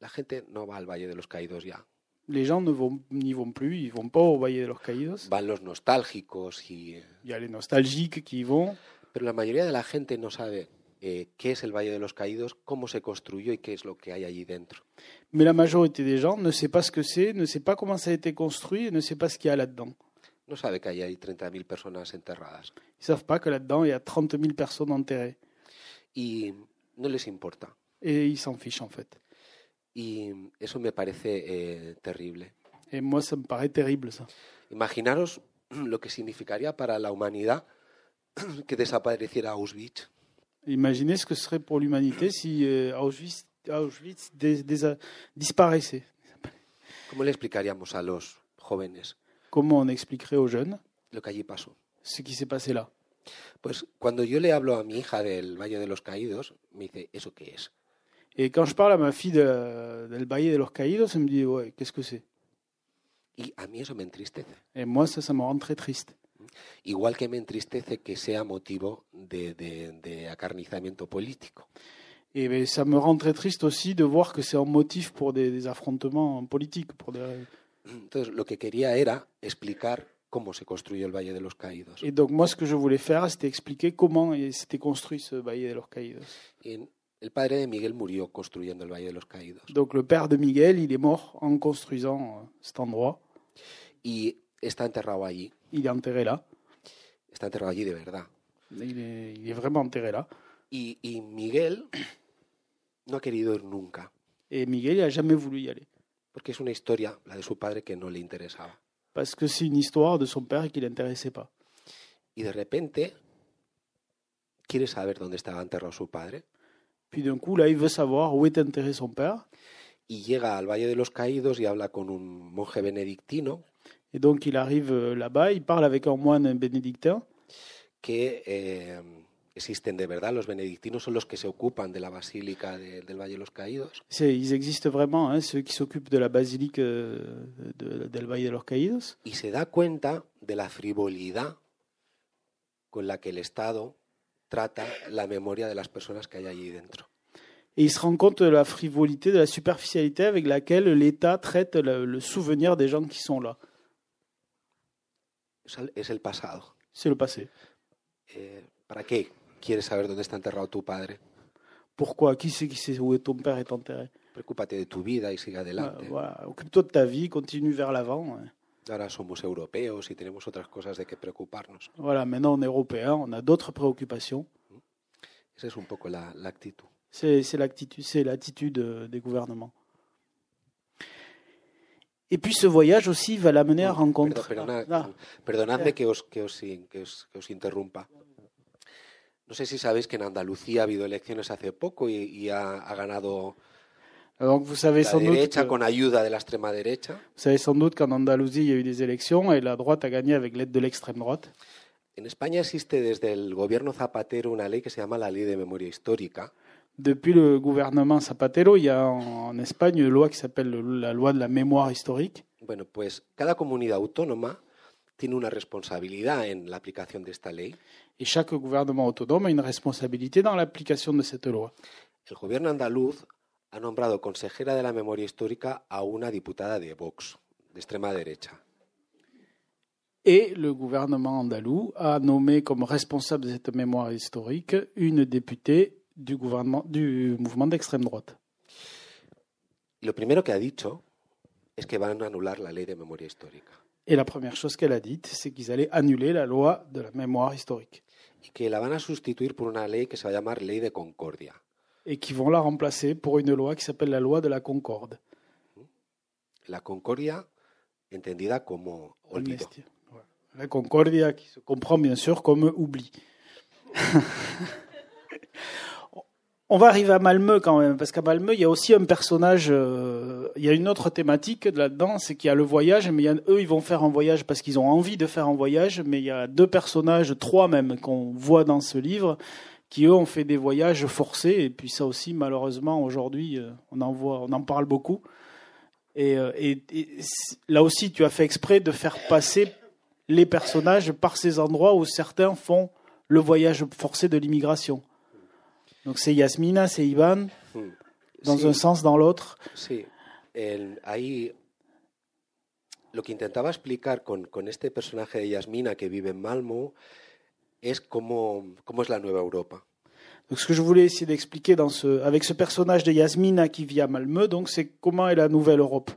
C: La gente no va al Valle de los Caídos ya.
B: Les gens ne vont- n'y vont plus, ils vont pas au Valle de los Caídos.
C: Van los nostálgicos, y,
B: Il y a les nostalgiques qui y vont,
C: pero la mayoría de la gente no sabe eh, qué es el Valle de los Caídos, cómo se construyó y qué es lo que hay allí dentro.
B: mais la majorité des gens ne sait pas ce que c'est, ne sait pas comment ça a été construit, et ne sait pas ce qu'il y a là-dedans.
C: No sabe que hay ahí 30.000 personas enterradas.
B: Ils savent pas que là-dedans, il y a 30 000 personnes enterrées.
C: y no les importa.
B: Et ils s'en fichent, en fait.
C: Y eso me parece eh, terrible.
B: Et moi, ça me paraît terrible, ça.
C: Imaginaros lo que significaría para la humanidad que desapareciera Auschwitz.
B: Imaginez ce que serait pour l'humanité si euh, Auschwitz, Auschwitz dés- dés- disparaissait.
C: ¿Cómo le explicaríamos a los jóvenes
B: Comment on expliquerait aux jeunes
C: lo que allí pasó?
B: ce qui s'est passé là
C: Pues cuando yo le hablo a mi hija del Valle de los Caídos, me dice, ¿eso qué es?
B: Et quand je parle à ma fille de, del Valle de los Caídos, elle me dit Ouais, qu'est-ce que c'est
C: Y a mí eso me entristece.
B: Et moi, ça, ça me rend très triste.
C: Igual que me entristece que sea motivo de, de- de acarnizamiento político.
B: Et ben, ça me rend très triste aussi de voir que c'est un motif pour des, des affrontements politiques. Pour des...
C: Entonces, lo que quería era explicar cómo se construyó el Valle de los Caídos.
B: Et donc, moi, ce que je voulais faire, c'était expliquer comment il- s'était construit ce Valle de los Caídos.
C: En- el padre de Miguel murió construyendo el Valle de los Caídos.
B: Donc, le père de Miguel, il est mort en construisant euh, cet endroit.
C: Y está enterrado allí.
B: Il est enterré là.
C: Está enterrado allí de verdad.
B: Il est, il est vraiment enterré là.
C: Y, y Miguel no ha querido ir nunca.
B: Et Miguel, il n'a jamais voulu y aller.
C: Porque es una historia, la de su padre, que no le interesaba.
B: Parce que c'est une histoire de son père qui ne l'intéressait pas.
C: Y de repente quiere saber dónde estaba enterrado su padre.
B: Puis d'un coup, là, il veut savoir où est enterré son père.
C: Y llega al Valle de los Caídos y habla con un monje benedictino
B: Et donc, il arrive euh, là-bas, il parle avec un moine bénédictin
C: que eh, existen de verdad. Los benedictinos son los que se ocupan de la Basílica de- del Valle de los Caídos.
B: C'est- Ils existent vraiment, hein, ceux qui s'occupent de la basilique euh, de- del Valle de los Caídos.
C: y se da cuenta de la frivolidad con la que el Estado trata la memoria de las personas que hay allí dentro.
B: Et ils se rendent compte de la frivolité, de la superficialité avec laquelle l'État traite le, le souvenir des gens qui sont là.
C: Es el- Es el pasado.
B: C'est le passé.
C: Eh, ¿Para qué quieres saber dónde está enterrado tu padre?
B: Pourquoi Qui sait, qui sait où est ton père est enterré
C: Preocúpate de tu vida y sigue adelante.
B: Ouais, voilà. Occupe-toi de ta vie, continue vers l'avant. ouais.
C: Ahora somos europeos y tenemos otras cosas de que preocuparnos.
B: Voilà, maintenant on est européen, on a d'autres préoccupations.
C: Esa es un poco la, la actitud.
B: C'est c'est l'actitude, c'est l'attitude euh, des gouvernements. Et puis ce voyage aussi va l'amener à
C: Bueno,
B: rencontrer.
C: perdona-
B: Ah,
C: perdonadme
B: Ya.
C: que os, que, os, in- que os- que os interrumpa. No sé si sabéis que en Andalucía ha habido elecciones hace poco y, y ha, ha ganado
B: ah. Donc vous savez
C: la
B: sans doute,
C: derecha
B: que- vous
C: con ayuda de la extrema derecha.
B: savez sans doute qu'en Andalousie il y a eu des élections et la droite a gagné avec l'aide de l'extrême droite.
C: En España existe desde el gobierno Zapatero una ley que se llama la Ley de Memoria Histórica,
B: Depuis le gouvernement Zapatero, il y a en en Espagne une loi qui s'appelle le- la loi de la mémoire historique.
C: Bueno, pues cada comunidad autónoma tiene una responsabilidad en la aplicación de esta ley.
B: Et chaque gouvernement autonome a une responsabilité dans l'application de cette loi.
C: El gobierno andaluz ha nombrado consejera de la memoria histórica a una diputada de Vox, de extrema derecha.
B: Et le gouvernement andalou a nommé comme responsable de cette mémoire historique une députée du, gouvernement, du mouvement d'extrême droite.
C: Y lo primero que ha dicho es que van a anular la ley de memoria histórica
B: Et la première chose qu'elle a dite, c'est qu'ils allaient annuler la loi de la mémoire historique
C: y que la van a sustituir por una ley que se va a llamar Ley de Concordia.
B: et qu'ils vont la remplacer pour une loi qui s'appelle la loi de la Concorde.
C: La Concordia entendida como olvido.
B: Amnesty. Ouais. La Concordia qui se comprend bien sûr comme oubli. On va arriver à Malmö quand même, parce qu'à Malmö, il y a aussi un personnage, euh, il y a une autre thématique là-dedans, c'est qu'il y a le voyage, mais il y a- eux, ils vont faire un voyage parce qu'ils ont envie de faire un voyage, mais il y a deux personnages, trois même, qu'on voit dans ce livre, qui eux ont fait des voyages forcés, et puis ça aussi, malheureusement, aujourd'hui, euh, on en voit, on en parle beaucoup. Et, euh, et- et c- là aussi, tu as fait exprès de faire passer les personnages par ces endroits où certains font le voyage forcé de l'immigration. Donc c'est Yasmina, c'est Ivan,
C: Mm.
B: dans
C: Sí.
B: un sens, dans l'autre.
C: Sí, el- ahí lo que intentaba explicar con, con este personaje de Yasmina que vive en Malmo es cómo, cómo es la nueva Europa.
B: Donc ce que je voulais essayer d'expliquer dans ce, avec ce personnage de Yasmina qui vit à Malmö, donc c'est comment est la nouvelle Europe.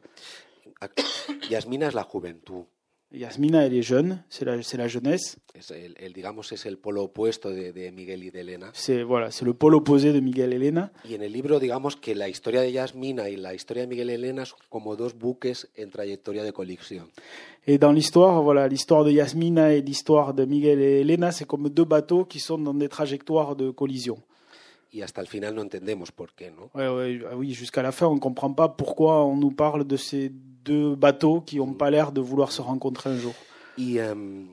C: A- Yasmina es la juventud,
B: Yasmina, elle est jeune, c'est la, c'est la jeunesse,
C: es el, el, digamos es el polo opuesto de, de Miguel y de Elena.
B: c'est voilà, c'est le pôle opposé de Miguel Elena.
C: Y en el libro digamos que la historia de Yasmina y la historia de Miguel y Elena son como dos buques en trayectoria de colisión.
B: Et dans l'histoire, voilà, l'histoire de Yasmina et l'histoire de Miguel et Elena, c'est comme deux bateaux qui sont dans des trajectoires de collision.
C: Y hasta el final no entendemos por qué, ¿no?
B: Ouais, ouais, ah oui, jusqu'à la fin, on ne comprend pas pourquoi on nous parle de ces deux bateaux qui n'ont pas l'air de vouloir se rencontrer un jour.
C: Y, em,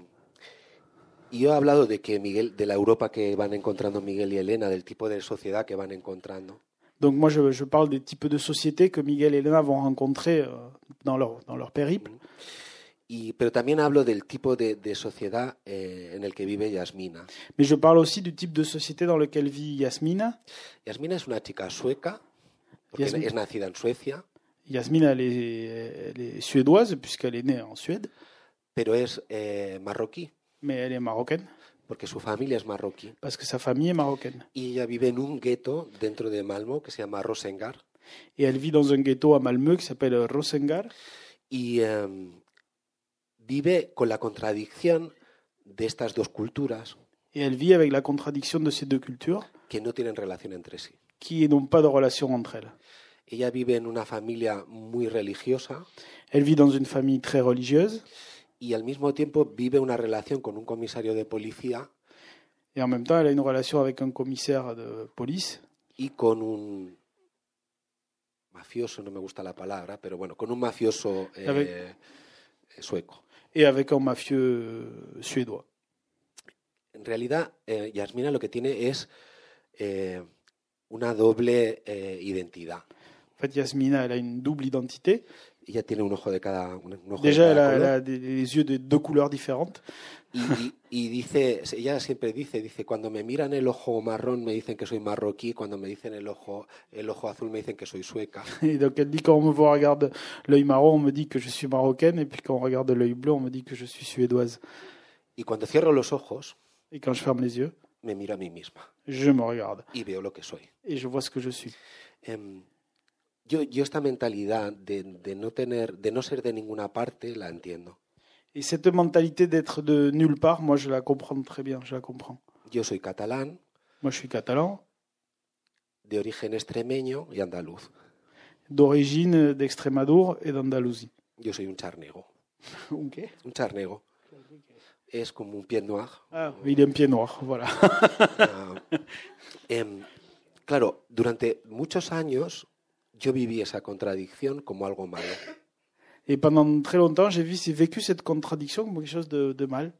C: y yo he hablado de que Miguel, de la Europa que van encontrando Miguel y Elena, del tipo de sociedad que van encontrando.
B: Donc moi, je, je parle des types de sociétés que Miguel et Elena vont rencontrer euh, dans leur, dans leur périple.
C: Y, pero también hablo del tipo de, de sociedad eh, en el que vive Yasmina.
B: Mais je parle aussi du type de société dans lequel vit Yasmina.
C: Yasmina es una chica sueca, porque
B: Yasmin-
C: es nacida en Suecia,
B: Yasmina, elle est, elle est suédoise puisqu'elle est née en Suède,
C: pero es eh, marroquí,
B: mais elle est marocaine
C: porque su familia es marroquí.
B: parce que sa famille est marocaine.
C: Y ella vive en un gueto dentro de Malmo que se llama Rosengar.
B: Et elle vit dans un ghetto à Malmö qui s'appelle Rosengar.
C: Y em, vive con la contradicción de estas dos culturas
B: Et elle vit avec la contradiction de ces deux cultures
C: que no tienen relación entre sí.
B: qui n'ont pas de relation entre elles.
C: Ella vive en una familia muy religiosa
B: Elle vit dans une famille très religieuse
C: y al mismo tiempo vive una relación con un comisario de policía
B: et en même temps elle a une relation avec un commissaire de police
C: y con un mafioso, no me gusta la palabra, pero bueno, con un mafioso eh,
B: A ver.
C: eh, sueco.
B: et avec un mafieux euh, suédois.
C: en realidad, eh, Yasmina lo que tiene es eh, una doble eh, identidad.
B: En fait, Yasmina, elle a une double identité.
C: Ella tiene un ojo de cada, un ojo de
B: Déjà, elle
C: cada
B: a, elle
C: color.
B: a des, des yeux de deux couleurs différentes.
C: Y, y- y dice, ella siempre dice, dice, cuando me miran el ojo marrón me dicen que soy marroquí, cuando me dicen el ojo, el ojo azul me dicen que soy sueca.
B: Et donc, elle dit quand on me voit, regarde l'œil marron, on me dit que je suis marocaine. Et puis, quand on regarde l'œil bleu, on me dit que je suis suédoise.
C: Y cuando cierro los ojos,
B: Et quand je ferme les yeux,
C: me miro a mí misma
B: je me regarde
C: y veo lo que soy.
B: et je vois ce que je suis.
C: Em, yo, yo esta mentalidad de, de no tener, de no ser de ninguna parte la entiendo.
B: Et cette mentalité d'être de nulle part, moi, je la comprends très bien. Je la comprends.
C: Yo soy catalán,
B: Moi, je suis catalan,
C: de origen extremeño y andaluz.
B: d'origine d'Extrémadour et d'Andalousie.
C: Yo soy un charnego.
B: Ok.
C: Un charnego es como un pied noir.
B: Ah, il est un pied noir, voilà.
C: Ah, em, claro, durante muchos años yo viví esa contradicción como algo malo.
B: Et pendant très longtemps, j'ai vu- j'ai vécu cette contradiction comme quelque chose de, de mal.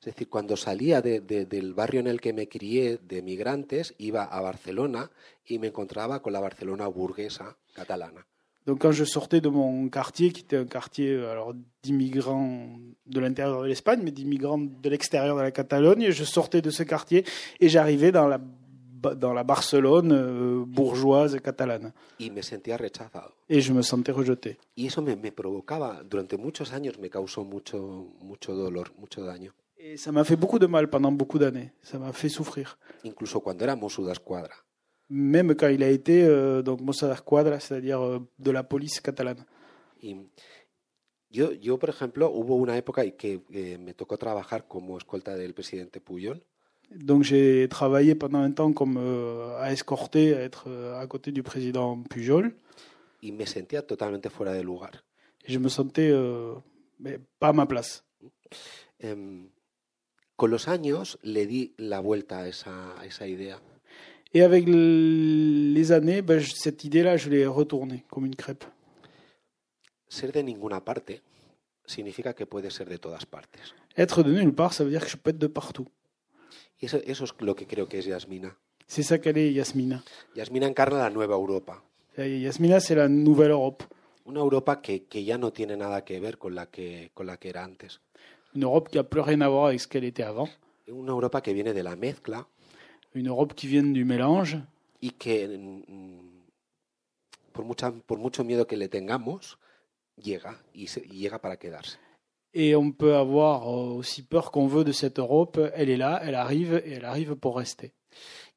C: Es decir, cuando salía de- de- del barrio en el que me crié de migrantes, iba a Barcelona y me encontraba con la Barcelona burguesa catalana.
B: Donc quand je sortais de mon quartier, qui était un quartier euh, alors d'immigrants de l'intérieur de l'Espagne, mais d'immigrants de l'extérieur de la Catalogne, je sortais de ce quartier et j'arrivais dans la, Ba- dans la Barcelone euh, bourgeoise et catalane.
C: Y me sentía rechazado.
B: Et je me sentais rejeté.
C: Y eso me, me provocaba, durante muchos años me causó mucho, mucho dolor, mucho daño.
B: Et ça m'a fait beaucoup de mal pendant beaucoup d'années. Ça m'a fait souffrir.
C: Incluso cuando era Mosuda Escuadra.
B: Même quand il a été euh, donc Mossad Esquadra, c'est-à-dire euh, de la police catalane.
C: Y yo, yo, por ejemplo, hubo una época en que eh, me tocó trabajar como escolta del presidente Puyol
B: Donc j'ai travaillé pendant un temps comme euh, à escorter, à être euh, à côté du président Pujol.
C: y me sentía totalmente fuera de lugar.
B: Et je me sentais euh, mais pas à ma place.
C: Em, con los años le di la vuelta a esa, a esa idea
B: Et avec l- les années, ben, je- cette idée-là, je l'ai retournée comme une crêpe.
C: ser de ninguna parte significa que puede ser de todas partes.
B: Être de nulle part, ça veut dire que je peux être de partout.
C: Y eso, eso es lo que creo que es Yasmina.
B: C'est ça qu'elle est, Yasmina.
C: Yasmina encarna la nueva Europa.
B: Et Yasmina, c'est la nouvelle Europe.
C: Una Europa que, que ya no tiene nada que ver con la que, con la que era antes.
B: Une Europe qui a plus rien à voir avec ce qu'elle était avant.
C: Una Europa que viene de la mezcla
B: Une Europe qui vient du mélange.
C: y que mm, por, mucha, por mucho miedo que le tengamos, llega y, se- y llega para quedarse.
B: Et on peut avoir euh, aussi peur qu'on veut de cette Europe. Elle est là, elle arrive, et elle arrive pour rester.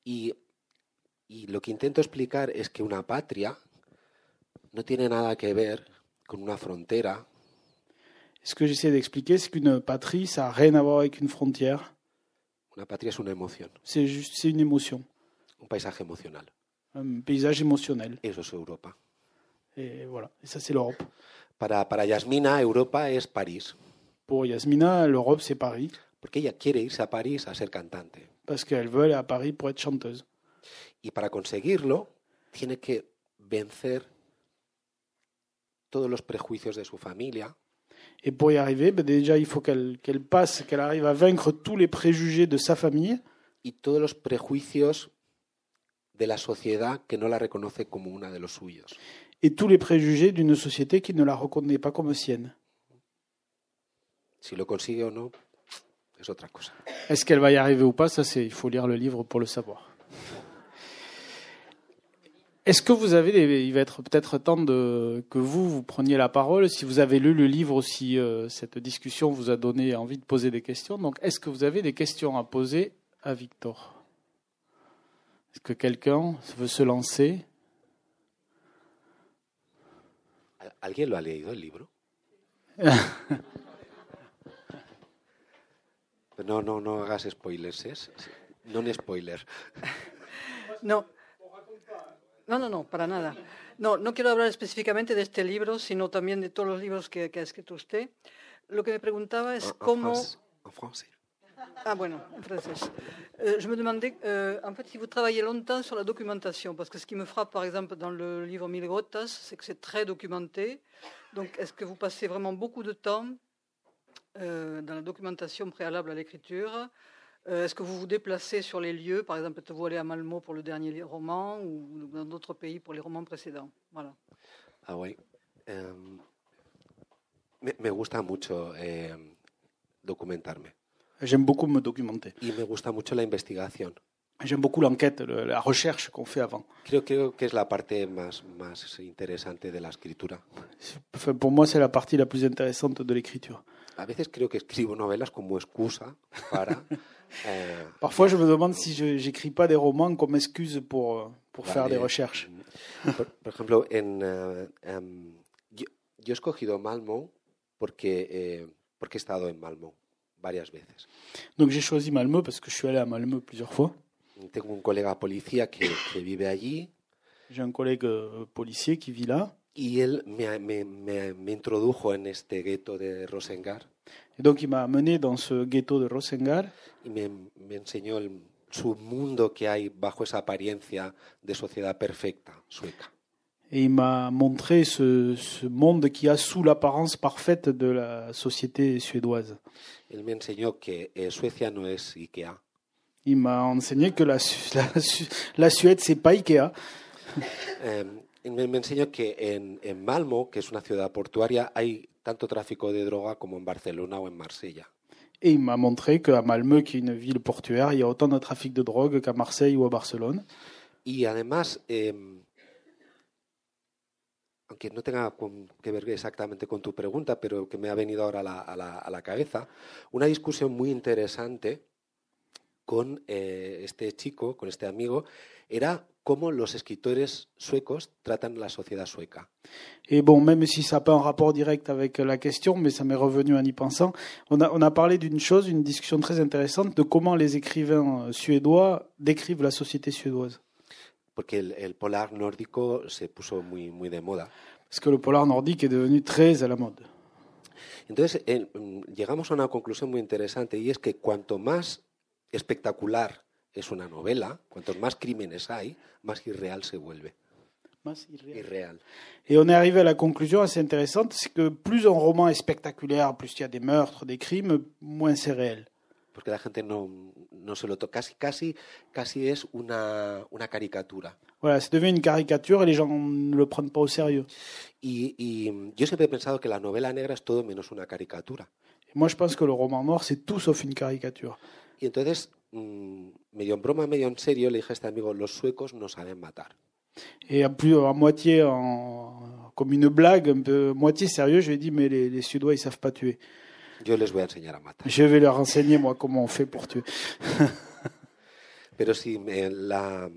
C: Y, y lo que intento explicar es que una patria no tiene nada que ver con una frontera,
B: Ce que j'essaie d'expliquer, c'est qu'une patrie, ça n'a rien à voir avec une frontière.
C: una patria es una emoción,
B: C'est juste, c'est une émotion,
C: un paisaje emocional.
B: un paysage émotionnel.
C: Eso es Europa.
B: Et voilà, et ça c'est l'Europe.
C: Para, para Yasmina, Europa es París,
B: Pour Yasmina, l'Europe c'est Paris,
C: porque ella quiere irse a París a ser cantante.
B: parce qu'elle veut aller à Paris pour être chanteuse.
C: Y para conseguirlo, tiene que vencer todos los prejuicios de su familia,
B: Et pour y arriver, ben, déjà il faut qu'elle qu'elle passe, qu'elle arrive à vaincre tous les préjugés de sa famille
C: y todos los prejuicios de la sociedad que no la reconoce como una de los suyos.
B: et tous les préjugés d'une société qui ne la reconnaît pas comme sienne.
C: Si lo consigue o no, es otra cosa.
B: Est-ce qu'elle va y arriver ou pas Ça c'est, il faut lire le livre pour le savoir. Est-ce que vous avez, des- il va être peut-être temps de, que vous, vous preniez la parole, si vous avez lu le livre ou si euh, cette discussion vous a donné envie de poser des questions. Donc, est-ce que vous avez des questions à poser à Victor Est-ce que quelqu'un veut se lancer
C: ¿Al- ¿Alguien lo ha leído el libro? No, no, no hagas spoilers, ¿eh? No spoiler.
D: No. No, no, no, para nada. No, no quiero hablar específicamente de este libro, sino también de todos los libros que, que ha escrito usted. Lo que me preguntaba
C: Ah,
D: es cómo.
C: pues, En francés.
D: Ah, bueno, en francés. Euh, je me demandais, euh, en fait, si vous travaillez longtemps sur la documentation, parce que ce qui me frappe, par exemple, dans le livre Mille Grotas, c'est que c'est très documenté. Donc, est-ce que vous passez vraiment beaucoup de temps euh, dans la documentation préalable à l'écriture Euh, Est-ce que vous vous déplacez sur les lieux Par exemple, êtes-vous allé à Malmo pour le dernier roman ou dans d'autres pays pour les romans précédents Voilà.
C: Ah, oui. Eh, me, me gusta mucho eh, documentarme
B: J'aime beaucoup me documenter.
C: y me gusta mucho la investigación.
B: J'aime beaucoup l'enquête, le- la recherche qu'on fait avant.
C: Creo, creo que es la parte más, más interesante de la escritura.
B: Enfin, pour moi, c'est la partie la plus intéressante de l'écriture.
C: A veces creo que escribo novelas como excusa para... eh,
B: Parfois, je me demande si je j'écris pas des romans comme excuse pour, euh, pour faire
C: Vale.
B: des recherches.
C: Por, por ejemplo, en, eh, em, yo, yo he escogido Malmo porque, eh, porque he estado en Malmo varias veces.
B: Donc, j'ai choisi Malmö parce que je suis allé à Malmö plusieurs fois.
C: Tengo un colega policía que, que vive allí
B: J'ai un collègue euh, policier qui vit là.
C: y él me, me- me- me introdujo en este gueto de Rosengar
B: Et donc, il m'a amené dans ce ghetto de Rosengar.
C: y me, me enseñó el submundo que hay bajo esa apariencia de sociedad perfecta sueca.
B: Et il m'a montré ce, ce monde qui a sous l'apparence parfaite de la société suédoise.
C: Él me enseñó que eh, Suecia no es Ikea,
B: Il m'a enseigné que la, Su- la, Su- la Suède, c'est pas Ikea.
C: Eh, me, me enseñó que en, en Malmo, que es una ciudad portuaria, hay tanto tráfico de droga como en Barcelona o en Marsella.
B: Et il m'a montré qu'à Malmö, qui est une ville portuaire, il y a autant de trafic de drogue qu'à Marseille ou à Barcelone.
C: Y además, eh, aunque no tenga con- que ver exactamente con tu pregunta, pero que me ha venido ahora a la, a la- a la cabeza, una discusión muy interesante con eh, este chico, con este amigo, era cómo los escritores suecos tratan la sociedad sueca.
B: Et bon, même si ça n'a pas un rapport direct avec la question, mais ça m'est revenu en y pensant, on a, on a parlé d'une chose, une discussion très intéressante de comment les écrivains euh, suédois décrivent la société suédoise.
C: Porque el, el polar nórdico se puso muy, muy de moda.
B: Parce que le polar nordique est devenu très à la mode.
C: Entonces, el- mm, llegamos a una conclusión muy interesante y es que cuanto más espectacular es una novela, cuantos más crímenes hay, más irreal se vuelve. Irreal.
B: Et on est arrivé à la conclusion assez intéressante, c'est que plus un roman est spectaculaire, plus il y a des meurtres, des crimes, moins c'est réel.
C: Porque la gente no, no se lo toca. Casi, casi, casi es una, una caricatura.
B: Voilà, ça devient une caricature et les gens ne le prennent pas au sérieux.
C: Y, y, mm, yo siempre he pensado que la novela negra es todo menos una caricatura.
B: Et moi, je pense que le roman noir, c'est tout sauf une caricature.
C: Y entonces, mm, medio en broma, medio en serio, le dije a este amigo, los suecos no saben matar.
B: Et à, plus, à moitié en, comme une blague, un peu, moitié sérieux, je lui ai dit, mais les, les Suédois, ils savent pas tuer.
C: Yo les voy a enseñar a matar.
B: Je vais leur enseigner, moi, comment on fait pour tuer.
C: Pero sí, me- la,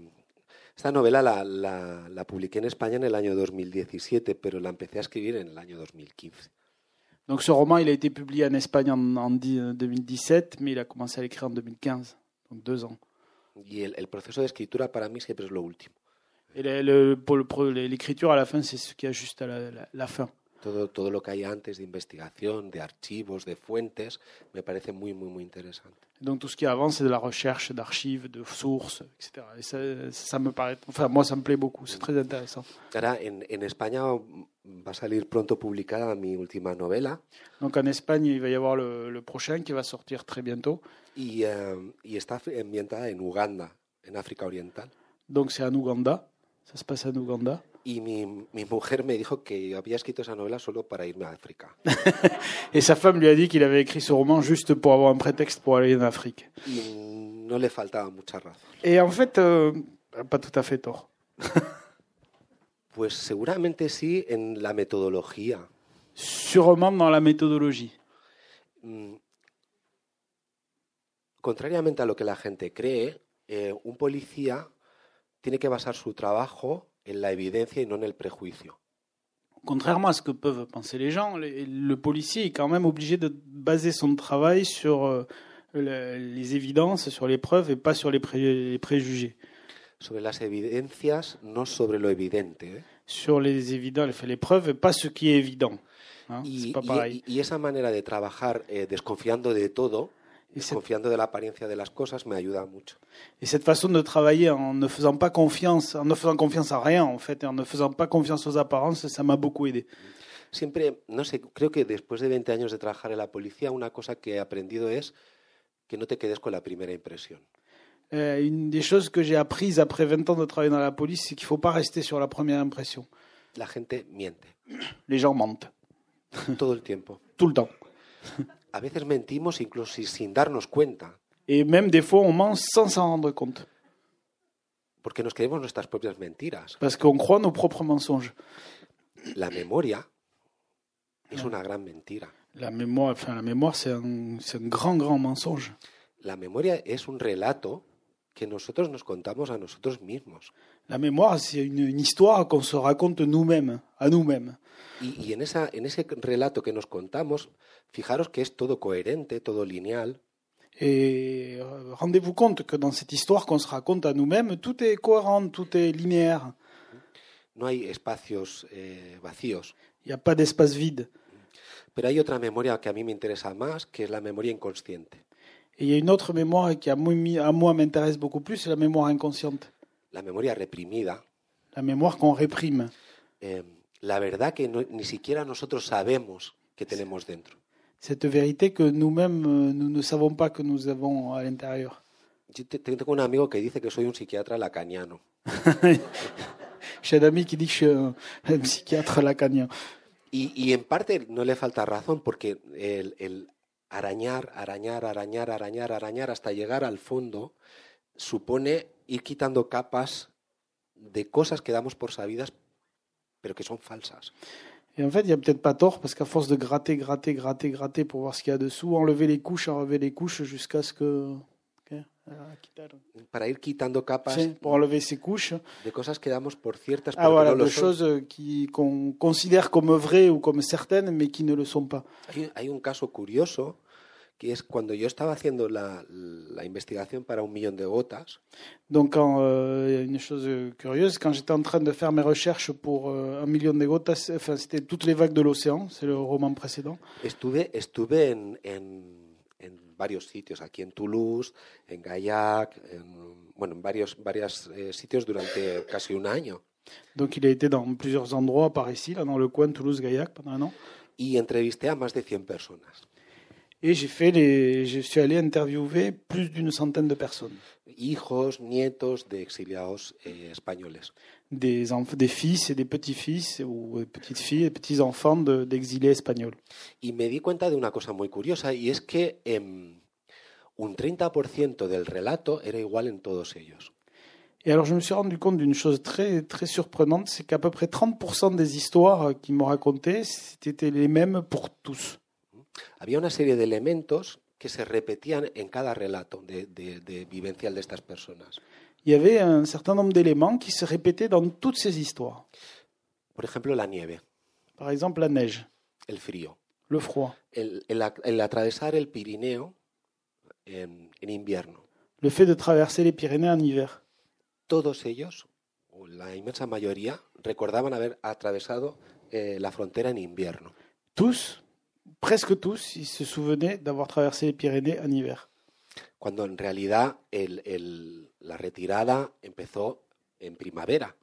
C: esta novela la, la- la publiqué en España en el año 2017, pero la empecé a escribir en el año 2015.
B: Donc ce roman, il a été publié en Espagne en, en dix- euh, 2017, mais il a commencé à l'écrire en 2015, donc deux ans.
C: Y el, el proceso de escritura para mí siempre es lo último.
B: Et le- le- pour le pro- l'écriture, à la fin, c'est ce qu'il y a juste à la, la- la fin.
C: Todo, todo lo que hay antes de investigación, de archivos, de fuentes, me parece muy, muy, muy interesante.
B: Donc tout ce qui avance, c'est de la recherche, d'archives, de sources, etc. Et ça, ça me paraît, enfin moi, ça me plaît beaucoup. C'est très intéressant.
C: Ahora, en, en España va a salir pronto publicada mi última novela
B: Donc en Espagne, il va y avoir le, le prochain qui va sortir très bientôt.
C: y, eh, y está ambientada en Uganda, en África Oriental.
B: Donc c'est en Ouganda. Ça se passe en Ouganda.
C: Y mi, mi mujer me dijo que había escrito esa novela solo para irme a África.
B: Et sa femme lui a dit qu'il avait écrit ce roman juste pour avoir un prétexte pour aller en Afrique.
C: y Mm, no le faltaba mucha razón.
B: Et en fait, euh, pas tout à fait tort.
C: Pues seguramente sí en la metodología.
B: Sûrement dans la méthodologie.
C: Mm, Contrariamente a lo que la gente cree, eh, un policía tiene que basar su trabajo en la evidencia y no en el prejuicio.
B: Contrairement à ce que peuvent penser les gens, le, le policier est quand même obligé de baser son travail sur euh, le- les évidences, sur les preuves et pas sur les, pré- les préjugés.
C: Sobre las evidencias, no sobre lo evidente. ¿eh?
B: Sur les évidences, enfin, les preuves et pas ce qui est évident. Hein,
C: Y,
B: c'est pas
C: y-
B: pareil.
C: y esa manera de trabajar eh, desconfiando de todo,
B: Et cette,
C: desconfiando de la apariencia de las cosas, me ayuda mucho.
B: et cette façon de travailler en ne faisant pas confiance, en ne faisant confiance à rien en fait, et en ne faisant pas confiance aux apparences, ça m'a beaucoup aidé.
C: Siempre, no sé, creo que después de 20 años de trabajar en la policía, una cosa que he aprendido es que no te quedes con la primera impresión.
B: Euh, une des choses que j'ai apprises après 20 ans de travail dans la police, c'est qu'il ne faut pas rester sur la première impression.
C: La gente miente
B: Les gens mentent,
C: todo el tiempo.
B: tout le temps.
C: A veces mentimos incluso si- sin darnos cuenta,
B: Et même des fois, on ment sans s'en rendre compte,
C: porque nos creemos nuestras propias mentiras.
B: parce qu'on croit nos propres mensonges.
C: La memoria es una gran mentira.
B: La mémoire, enfin, la mémoire c'est un, c'est un grand, grand mensonge.
C: La memoria es un relato que nosotros nos contamos a nosotros mismos.
B: La mémoire, c'est une, une histoire qu'on se raconte nous-mêmes, à nous-mêmes.
C: Y, y en, esa, en ese relato que nos contamos, fijaros que es todo coherente, todo lineal,
B: Et euh, rendez-vous compte que dans cette histoire qu'on se raconte à nous-mêmes, tout est cohérent, tout est linéaire.
C: no hay espacios eh, vacíos.
B: Il n'y a pas d'espace vide.
C: Pero hay otra memoria que a mí me interesa más, que es la memoria inconsciente.
B: Et il y a une autre mémoire qui, à moi, mi- à moi, m'intéresse beaucoup plus, c'est la mémoire inconsciente.
C: La memoria reprimida,
B: La mémoire qu'on réprime.
C: eh, la verdad que no- ni siquiera nosotros sabemos que tenemos dentro.
B: Cette vérité que nous-mêmes, euh, nous ne savons pas que nous avons à l'intérieur.
C: Yo te- tengo un amigo que dice que soy un psiquiatra lacaniano.
B: J'ai un ami qui dit que je suis un, un psychiatre lacanien.
C: Y, y en parte no le falta razón porque el, el arañar, arañar, arañar, arañar, arañar hasta llegar al fondo supone ir quitando capas de cosas que damos por sabidas pero que son falsas.
B: Et en fait, il n'y a peut-être pas tort, parce qu'à force de gratter, gratter, gratter, gratter pour voir ce qu'il y a dessous, enlever les couches, enlever les couches jusqu'à ce que. Ok. Ah, quitar.
C: Para ir quitando capas
B: C'est Pour enlever ces couches.
C: de cosas que damos por ciertas pero
B: Ah
C: que
B: voilà,
C: no lo
B: de
C: son.
B: choses qui- qu'on considère comme vraies ou comme certaines, mais qui ne le sont pas.
C: Hay, hay un caso curioso que es cuando yo estaba haciendo la, la investigación para un millón de gotas,
B: Donc, quand, euh, une chose curieuse, quand j'étais en train de faire mes recherches pour euh, un million de gotas, enfin, c'était toutes les vagues de l'océan, c'est le roman précédent.
C: Estuve, estuve en, en- en varios sitios, aquí en Toulouse, en Gaillac, en, bueno, en varios, varias, eh, sitios durante casi un año.
B: Donc, il a été dans plusieurs endroits par ici, là, dans le coin de Toulouse-Gaillac pendant un an.
C: Y entrevisté a más de 100 personas.
B: Et j'ai fait les, je suis allé interviewer plus d'une centaine de personnes,
C: Hijos, nietos de exiliados eh, españoles.
B: des, enf- des fils et des petits-fils ou des petites filles et petits enfants de- d'exilés espagnols.
C: Y me di cuenta de una cosa muy curiosa, y es que em, un 30% del relato era igual en todos ellos.
B: Et alors, je me suis rendu compte d'une chose très très surprenante, c'est qu'à peu près 30% des histoires euh, qu'ils m'ont racontées, c'était les mêmes pour tous.
C: Había una serie de elementos que se repetían en cada relato de- de- de vivencial de estas personas.
B: Il y avait un certain nombre d'éléments qui se répétaient dans toutes ces histoires.
C: Por ejemplo, la nieve.
B: Par exemple, la neige,
C: el frío.
B: le froid,
C: El, el a- el atravesar el Pirineo en, en invierno.
B: le fait de traverser les Pyrénées en hiver.
C: Todos ellos, o la inmensa mayoría, recordaban haber atravesado eh, la frontera en invierno.
B: Tous, presque tous, ils se souvenaient d'avoir traversé les Pyrénées en hiver.
C: Cuando en realidad el- el- la retirada empezó en primavera.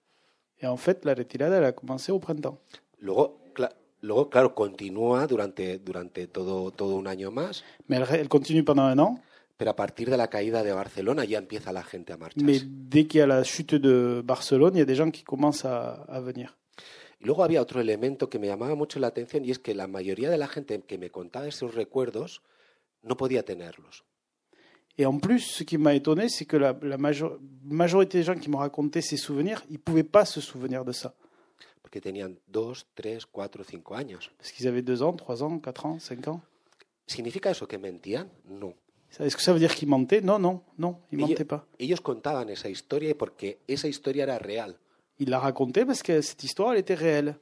B: Et en fait, la retirada, elle a commencé au printemps.
C: Luego, cla- luego claro, continúa durante, durante todo, todo un año más,
B: Mais elle, elle continue pendant un an.
C: pero a partir de la caída de Barcelona ya empieza la gente a
B: Mais
C: marcharse.
B: dès qu'il y a la chute de Barcelone, il y a des gens qui commencent à, à venir.
C: Y luego había otro elemento que me llamaba mucho la atención y es que la mayoría de la gente que me contaba esos recuerdos no podía tenerlos.
B: Et en plus, ce qui m'a étonné, c'est que la, la major- majorité des gens qui m'ont raconté ces souvenirs, ils ne pouvaient pas se souvenir de ça.
C: Porque tenían dos, tres, cuatro, cinco años.
B: Parce qu'ils avaient 2 ans, 3 ans, 4 ans, 5 ans.
C: ¿Significa eso que mentían? No.
B: Ça- Est-ce que ça veut dire qu'ils mentaient Non, non, non, ils
C: Mais il y a-
B: mentaient pas.
C: Ellos contaban esa historia porque esa historia era real.
B: Ils la racontaient parce que cette histoire, elle était réelle.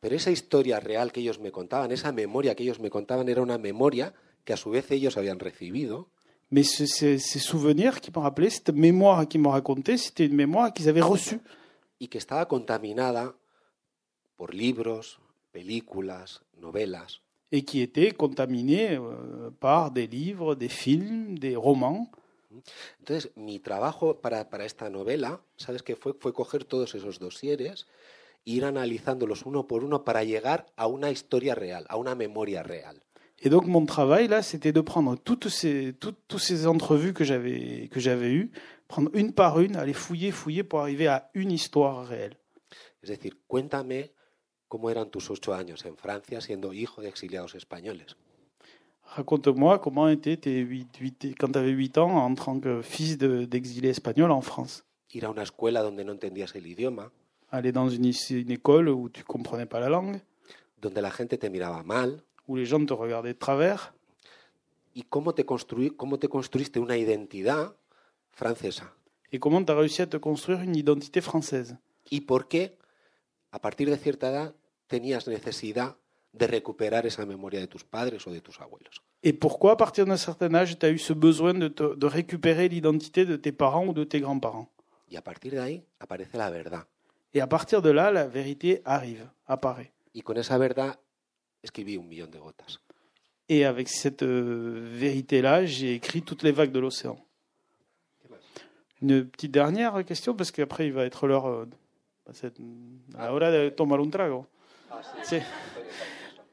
C: Pero esa historia real que ellos me contaban, esa memoria que ellos me contaban, era una memoria que a su vez ellos habían recibido
B: Mais ce- ces, ces souvenirs qui m'ont rappelé, cette mémoire qui m'ont raconté, c'était une mémoire qu'ils avaient reçue.
C: y que estaba contaminada por libros, películas, novelas.
B: Et qui était contaminée euh, par des livres, des films, des romans.
C: Entonces, mi trabajo para, para esta novela, ¿sabes qué fue? Fue coger todos esos dosieres e ir analizándolos uno por uno para llegar a una historia real, a una memoria real.
B: Et donc mon travail là, c'était de prendre toutes ces toutes, toutes ces entrevues que j'avais que j'avais eues, prendre une par une, aller fouiller fouiller pour arriver à une histoire réelle.
C: Es decir, cuéntame cómo eran tus ocho años en Francia siendo hijo de exiliados españoles.
B: Raconte-moi comment étaient tes 8, 8 quand tu avais 8 ans en tant que fils de- d'exilés espagnols en France.
C: Ir a una escuela donde no entendías el idioma,
B: Aller dans une, une école où tu comprenais pas la langue,
C: donde la gente te miraba mal,
B: où les gens te regardaient de travers.
C: y cómo te, construí, cómo te construiste una identidad francesa.
B: Et comment tu as réussi à te construire une identité française
C: y por qué a partir de cierta edad tenías necesidad de recuperar esa memoria de tus padres o de tus abuelos.
B: Et pourquoi, à partir d'un certain âge, tu as eu ce besoin de, te- de récupérer l'identité de tes parents ou de tes grands-parents
C: Y a partir de ahí aparece la verdad.
B: Et à partir de là, la vérité arrive, apparaît.
C: Y con esa verdad escribí un millón de gotas.
B: Et avec cette euh, vérité-là, j'ai écrit toutes les vagues de l'océan. Une petite dernière question, parce qu'après, il va être l'heure. euh, c'est- la hora de tomar un trago. C'est-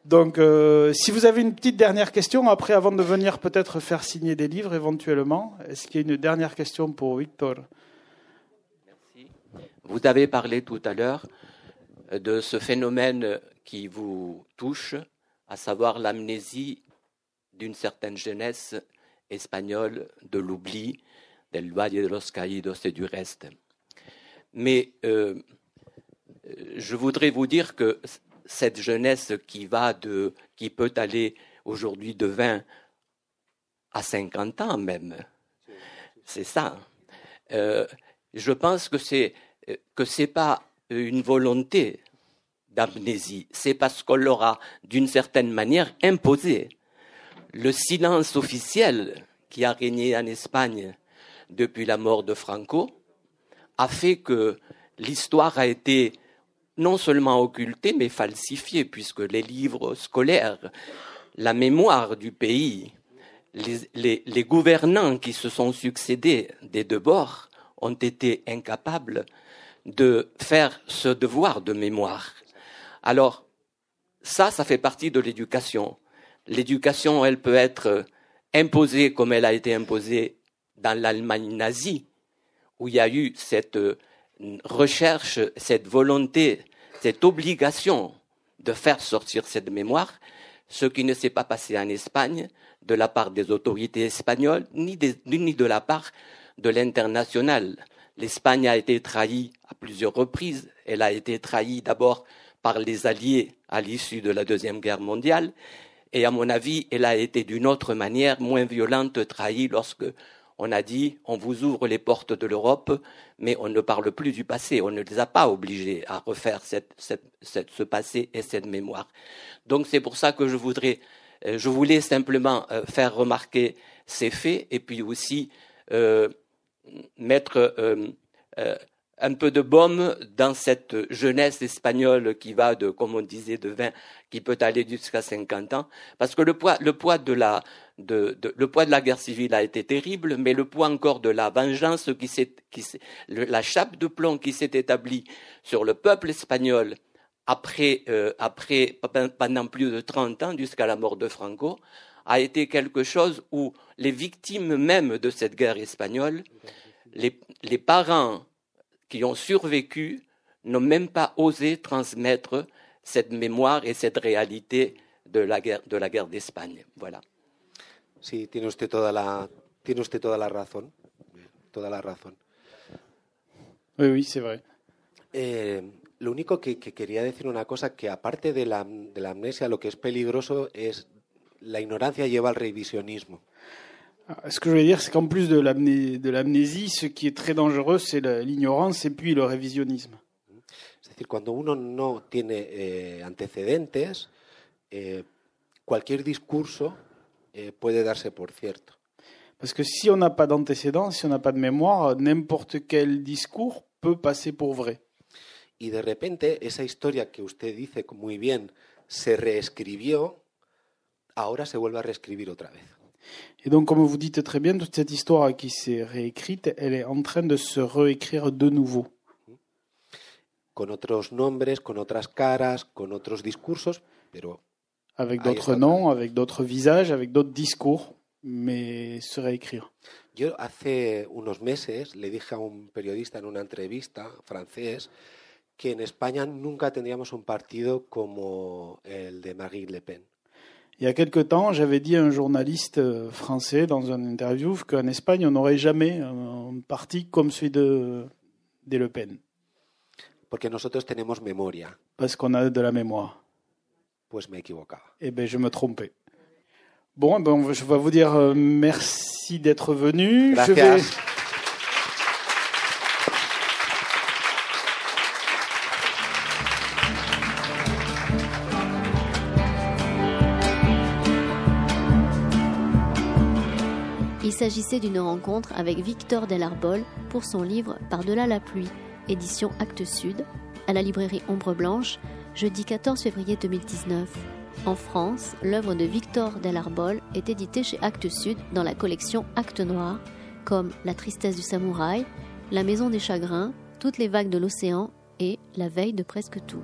B: Donc, euh, si vous avez une petite dernière question, après, avant de venir peut-être faire signer des livres éventuellement, est-ce qu'il y a une dernière question pour Victor
E: Vous avez parlé tout à l'heure euh, de ce phénomène qui vous touche, à savoir l'amnésie d'une certaine jeunesse espagnole de l'oubli del Valle de los Caídos et du reste. Mais euh, euh, je voudrais vous dire que c- cette jeunesse qui va de, qui peut aller aujourd'hui de 20 à 50 ans même, c'est ça. Euh, je pense que c'est euh, que c'est pas une volonté d'amnésie, c'est parce qu'on leur a d'une certaine manière imposé le silence officiel qui a régné en Espagne depuis la mort de Franco a fait que l'histoire a été non seulement occultée mais falsifiée puisque les livres scolaires, la mémoire du pays, les, les- les gouvernants qui se sont succédés des deux bords ont été incapables de faire ce devoir de mémoire. Alors, ça, ça fait partie de l'éducation. L'éducation, elle peut être euh, imposée comme elle a été imposée dans l'Allemagne nazie, où il y a eu cette euh, recherche, cette volonté, cette obligation de faire sortir cette mémoire, ce qui ne s'est pas passé en Espagne de la part des autorités espagnoles, ni, des- ni de la part de l'international. L'Espagne a été trahie à plusieurs reprises. Elle a été trahie d'abord par les Alliés à l'issue de la Deuxième Guerre mondiale. Et à mon avis, elle a été d'une autre manière, moins violente, trahie lorsque on a dit on vous ouvre les portes de l'Europe, mais on ne parle plus du passé. On ne les a pas obligés à refaire cette- cette- cette- ce passé et cette mémoire. Donc c'est pour ça que je voudrais, euh, je voulais simplement euh, faire remarquer ces faits et puis aussi euh, mettre euh, euh, un peu de baume dans cette jeunesse espagnole qui va de, comme on disait, de 20, qui peut aller jusqu'à 50 ans, parce que le poids, le poids de la de, de- le poids de la guerre civile a été terrible, mais le poids encore de la vengeance qui s'est, qui s'est- le- la chape de plomb qui s'est établie sur le peuple espagnol après, euh, après pe- pendant plus de 30 ans jusqu'à la mort de Franco, a été quelque chose où les victimes même de cette guerre espagnole, les, les parents qui ont survécu n'ont même pas osé transmettre cette mémoire et cette réalité de la guerre de la guerre d'Espagne. Voilà.
C: Sí, tiene usted toda la, tiene usted toda la razón. Toda la razón.
B: Oui, oui, c'est vrai.
C: Eh, lo único que, que quería decir una cosa, que aparte de la, de la amnesia, lo que es peligroso es la ignorancia lleva al revisionismo.
B: Ah, Ce que je veux dire, c'est qu'en plus de l'amné- de l'amnésie, ce qui est très dangereux, c'est la- l'ignorance et puis le révisionnisme.
C: Es decir, cuando uno no tiene eh, antecedentes, eh, cualquier discurso eh, puede darse por cierto.
B: Parce que si on n'a pas d'antécédents, si on n'a pas de mémoire, n'importe quel discours peut passer pour vrai.
C: Y de repente esa historia que usted dice muy bien se reescribió, ahora se vuelve a reescribir otra vez.
B: Et donc, comme vous dites très bien, toute cette histoire qui s'est réécrite, elle est en train de se réécrire de nouveau.
C: Con otros nombres, con otras caras, con otros discursos, pero
B: avec
C: Ah,
B: d'autres
C: exactement.
B: noms, avec d'autres visages, avec d'autres discours, mais se réécrire.
C: Yo hace unos meses le dije a un periodista en una entrevista francés que en España nunca tendríamos un partido como el de Marine Le Pen.
B: Il y a quelque temps, j'avais dit à un journaliste euh, français dans une interview qu'en Espagne, on n'aurait jamais un parti comme celui de des Le Pen,
C: Porque nosotros tenemos memoria.
B: parce qu'on a de la mémoire.
C: Pues me equivocaba.
B: Eh ben, je me trompais. Bon, eh ben, on va- je vais vous dire euh, merci d'être venu. Je vais-
C: Gracias.
A: Il s'agissait d'une rencontre avec Victor Delarbol pour son livre Par-delà la pluie, édition Actes Sud, à la librairie Ombre Blanche, jeudi 14 février 2019. En France, l'œuvre de Victor Delarbol est éditée chez Actes Sud dans la collection Actes Noirs, comme La tristesse du samouraï, La maison des chagrins, Toutes les vagues de l'océan et La veille de presque tout.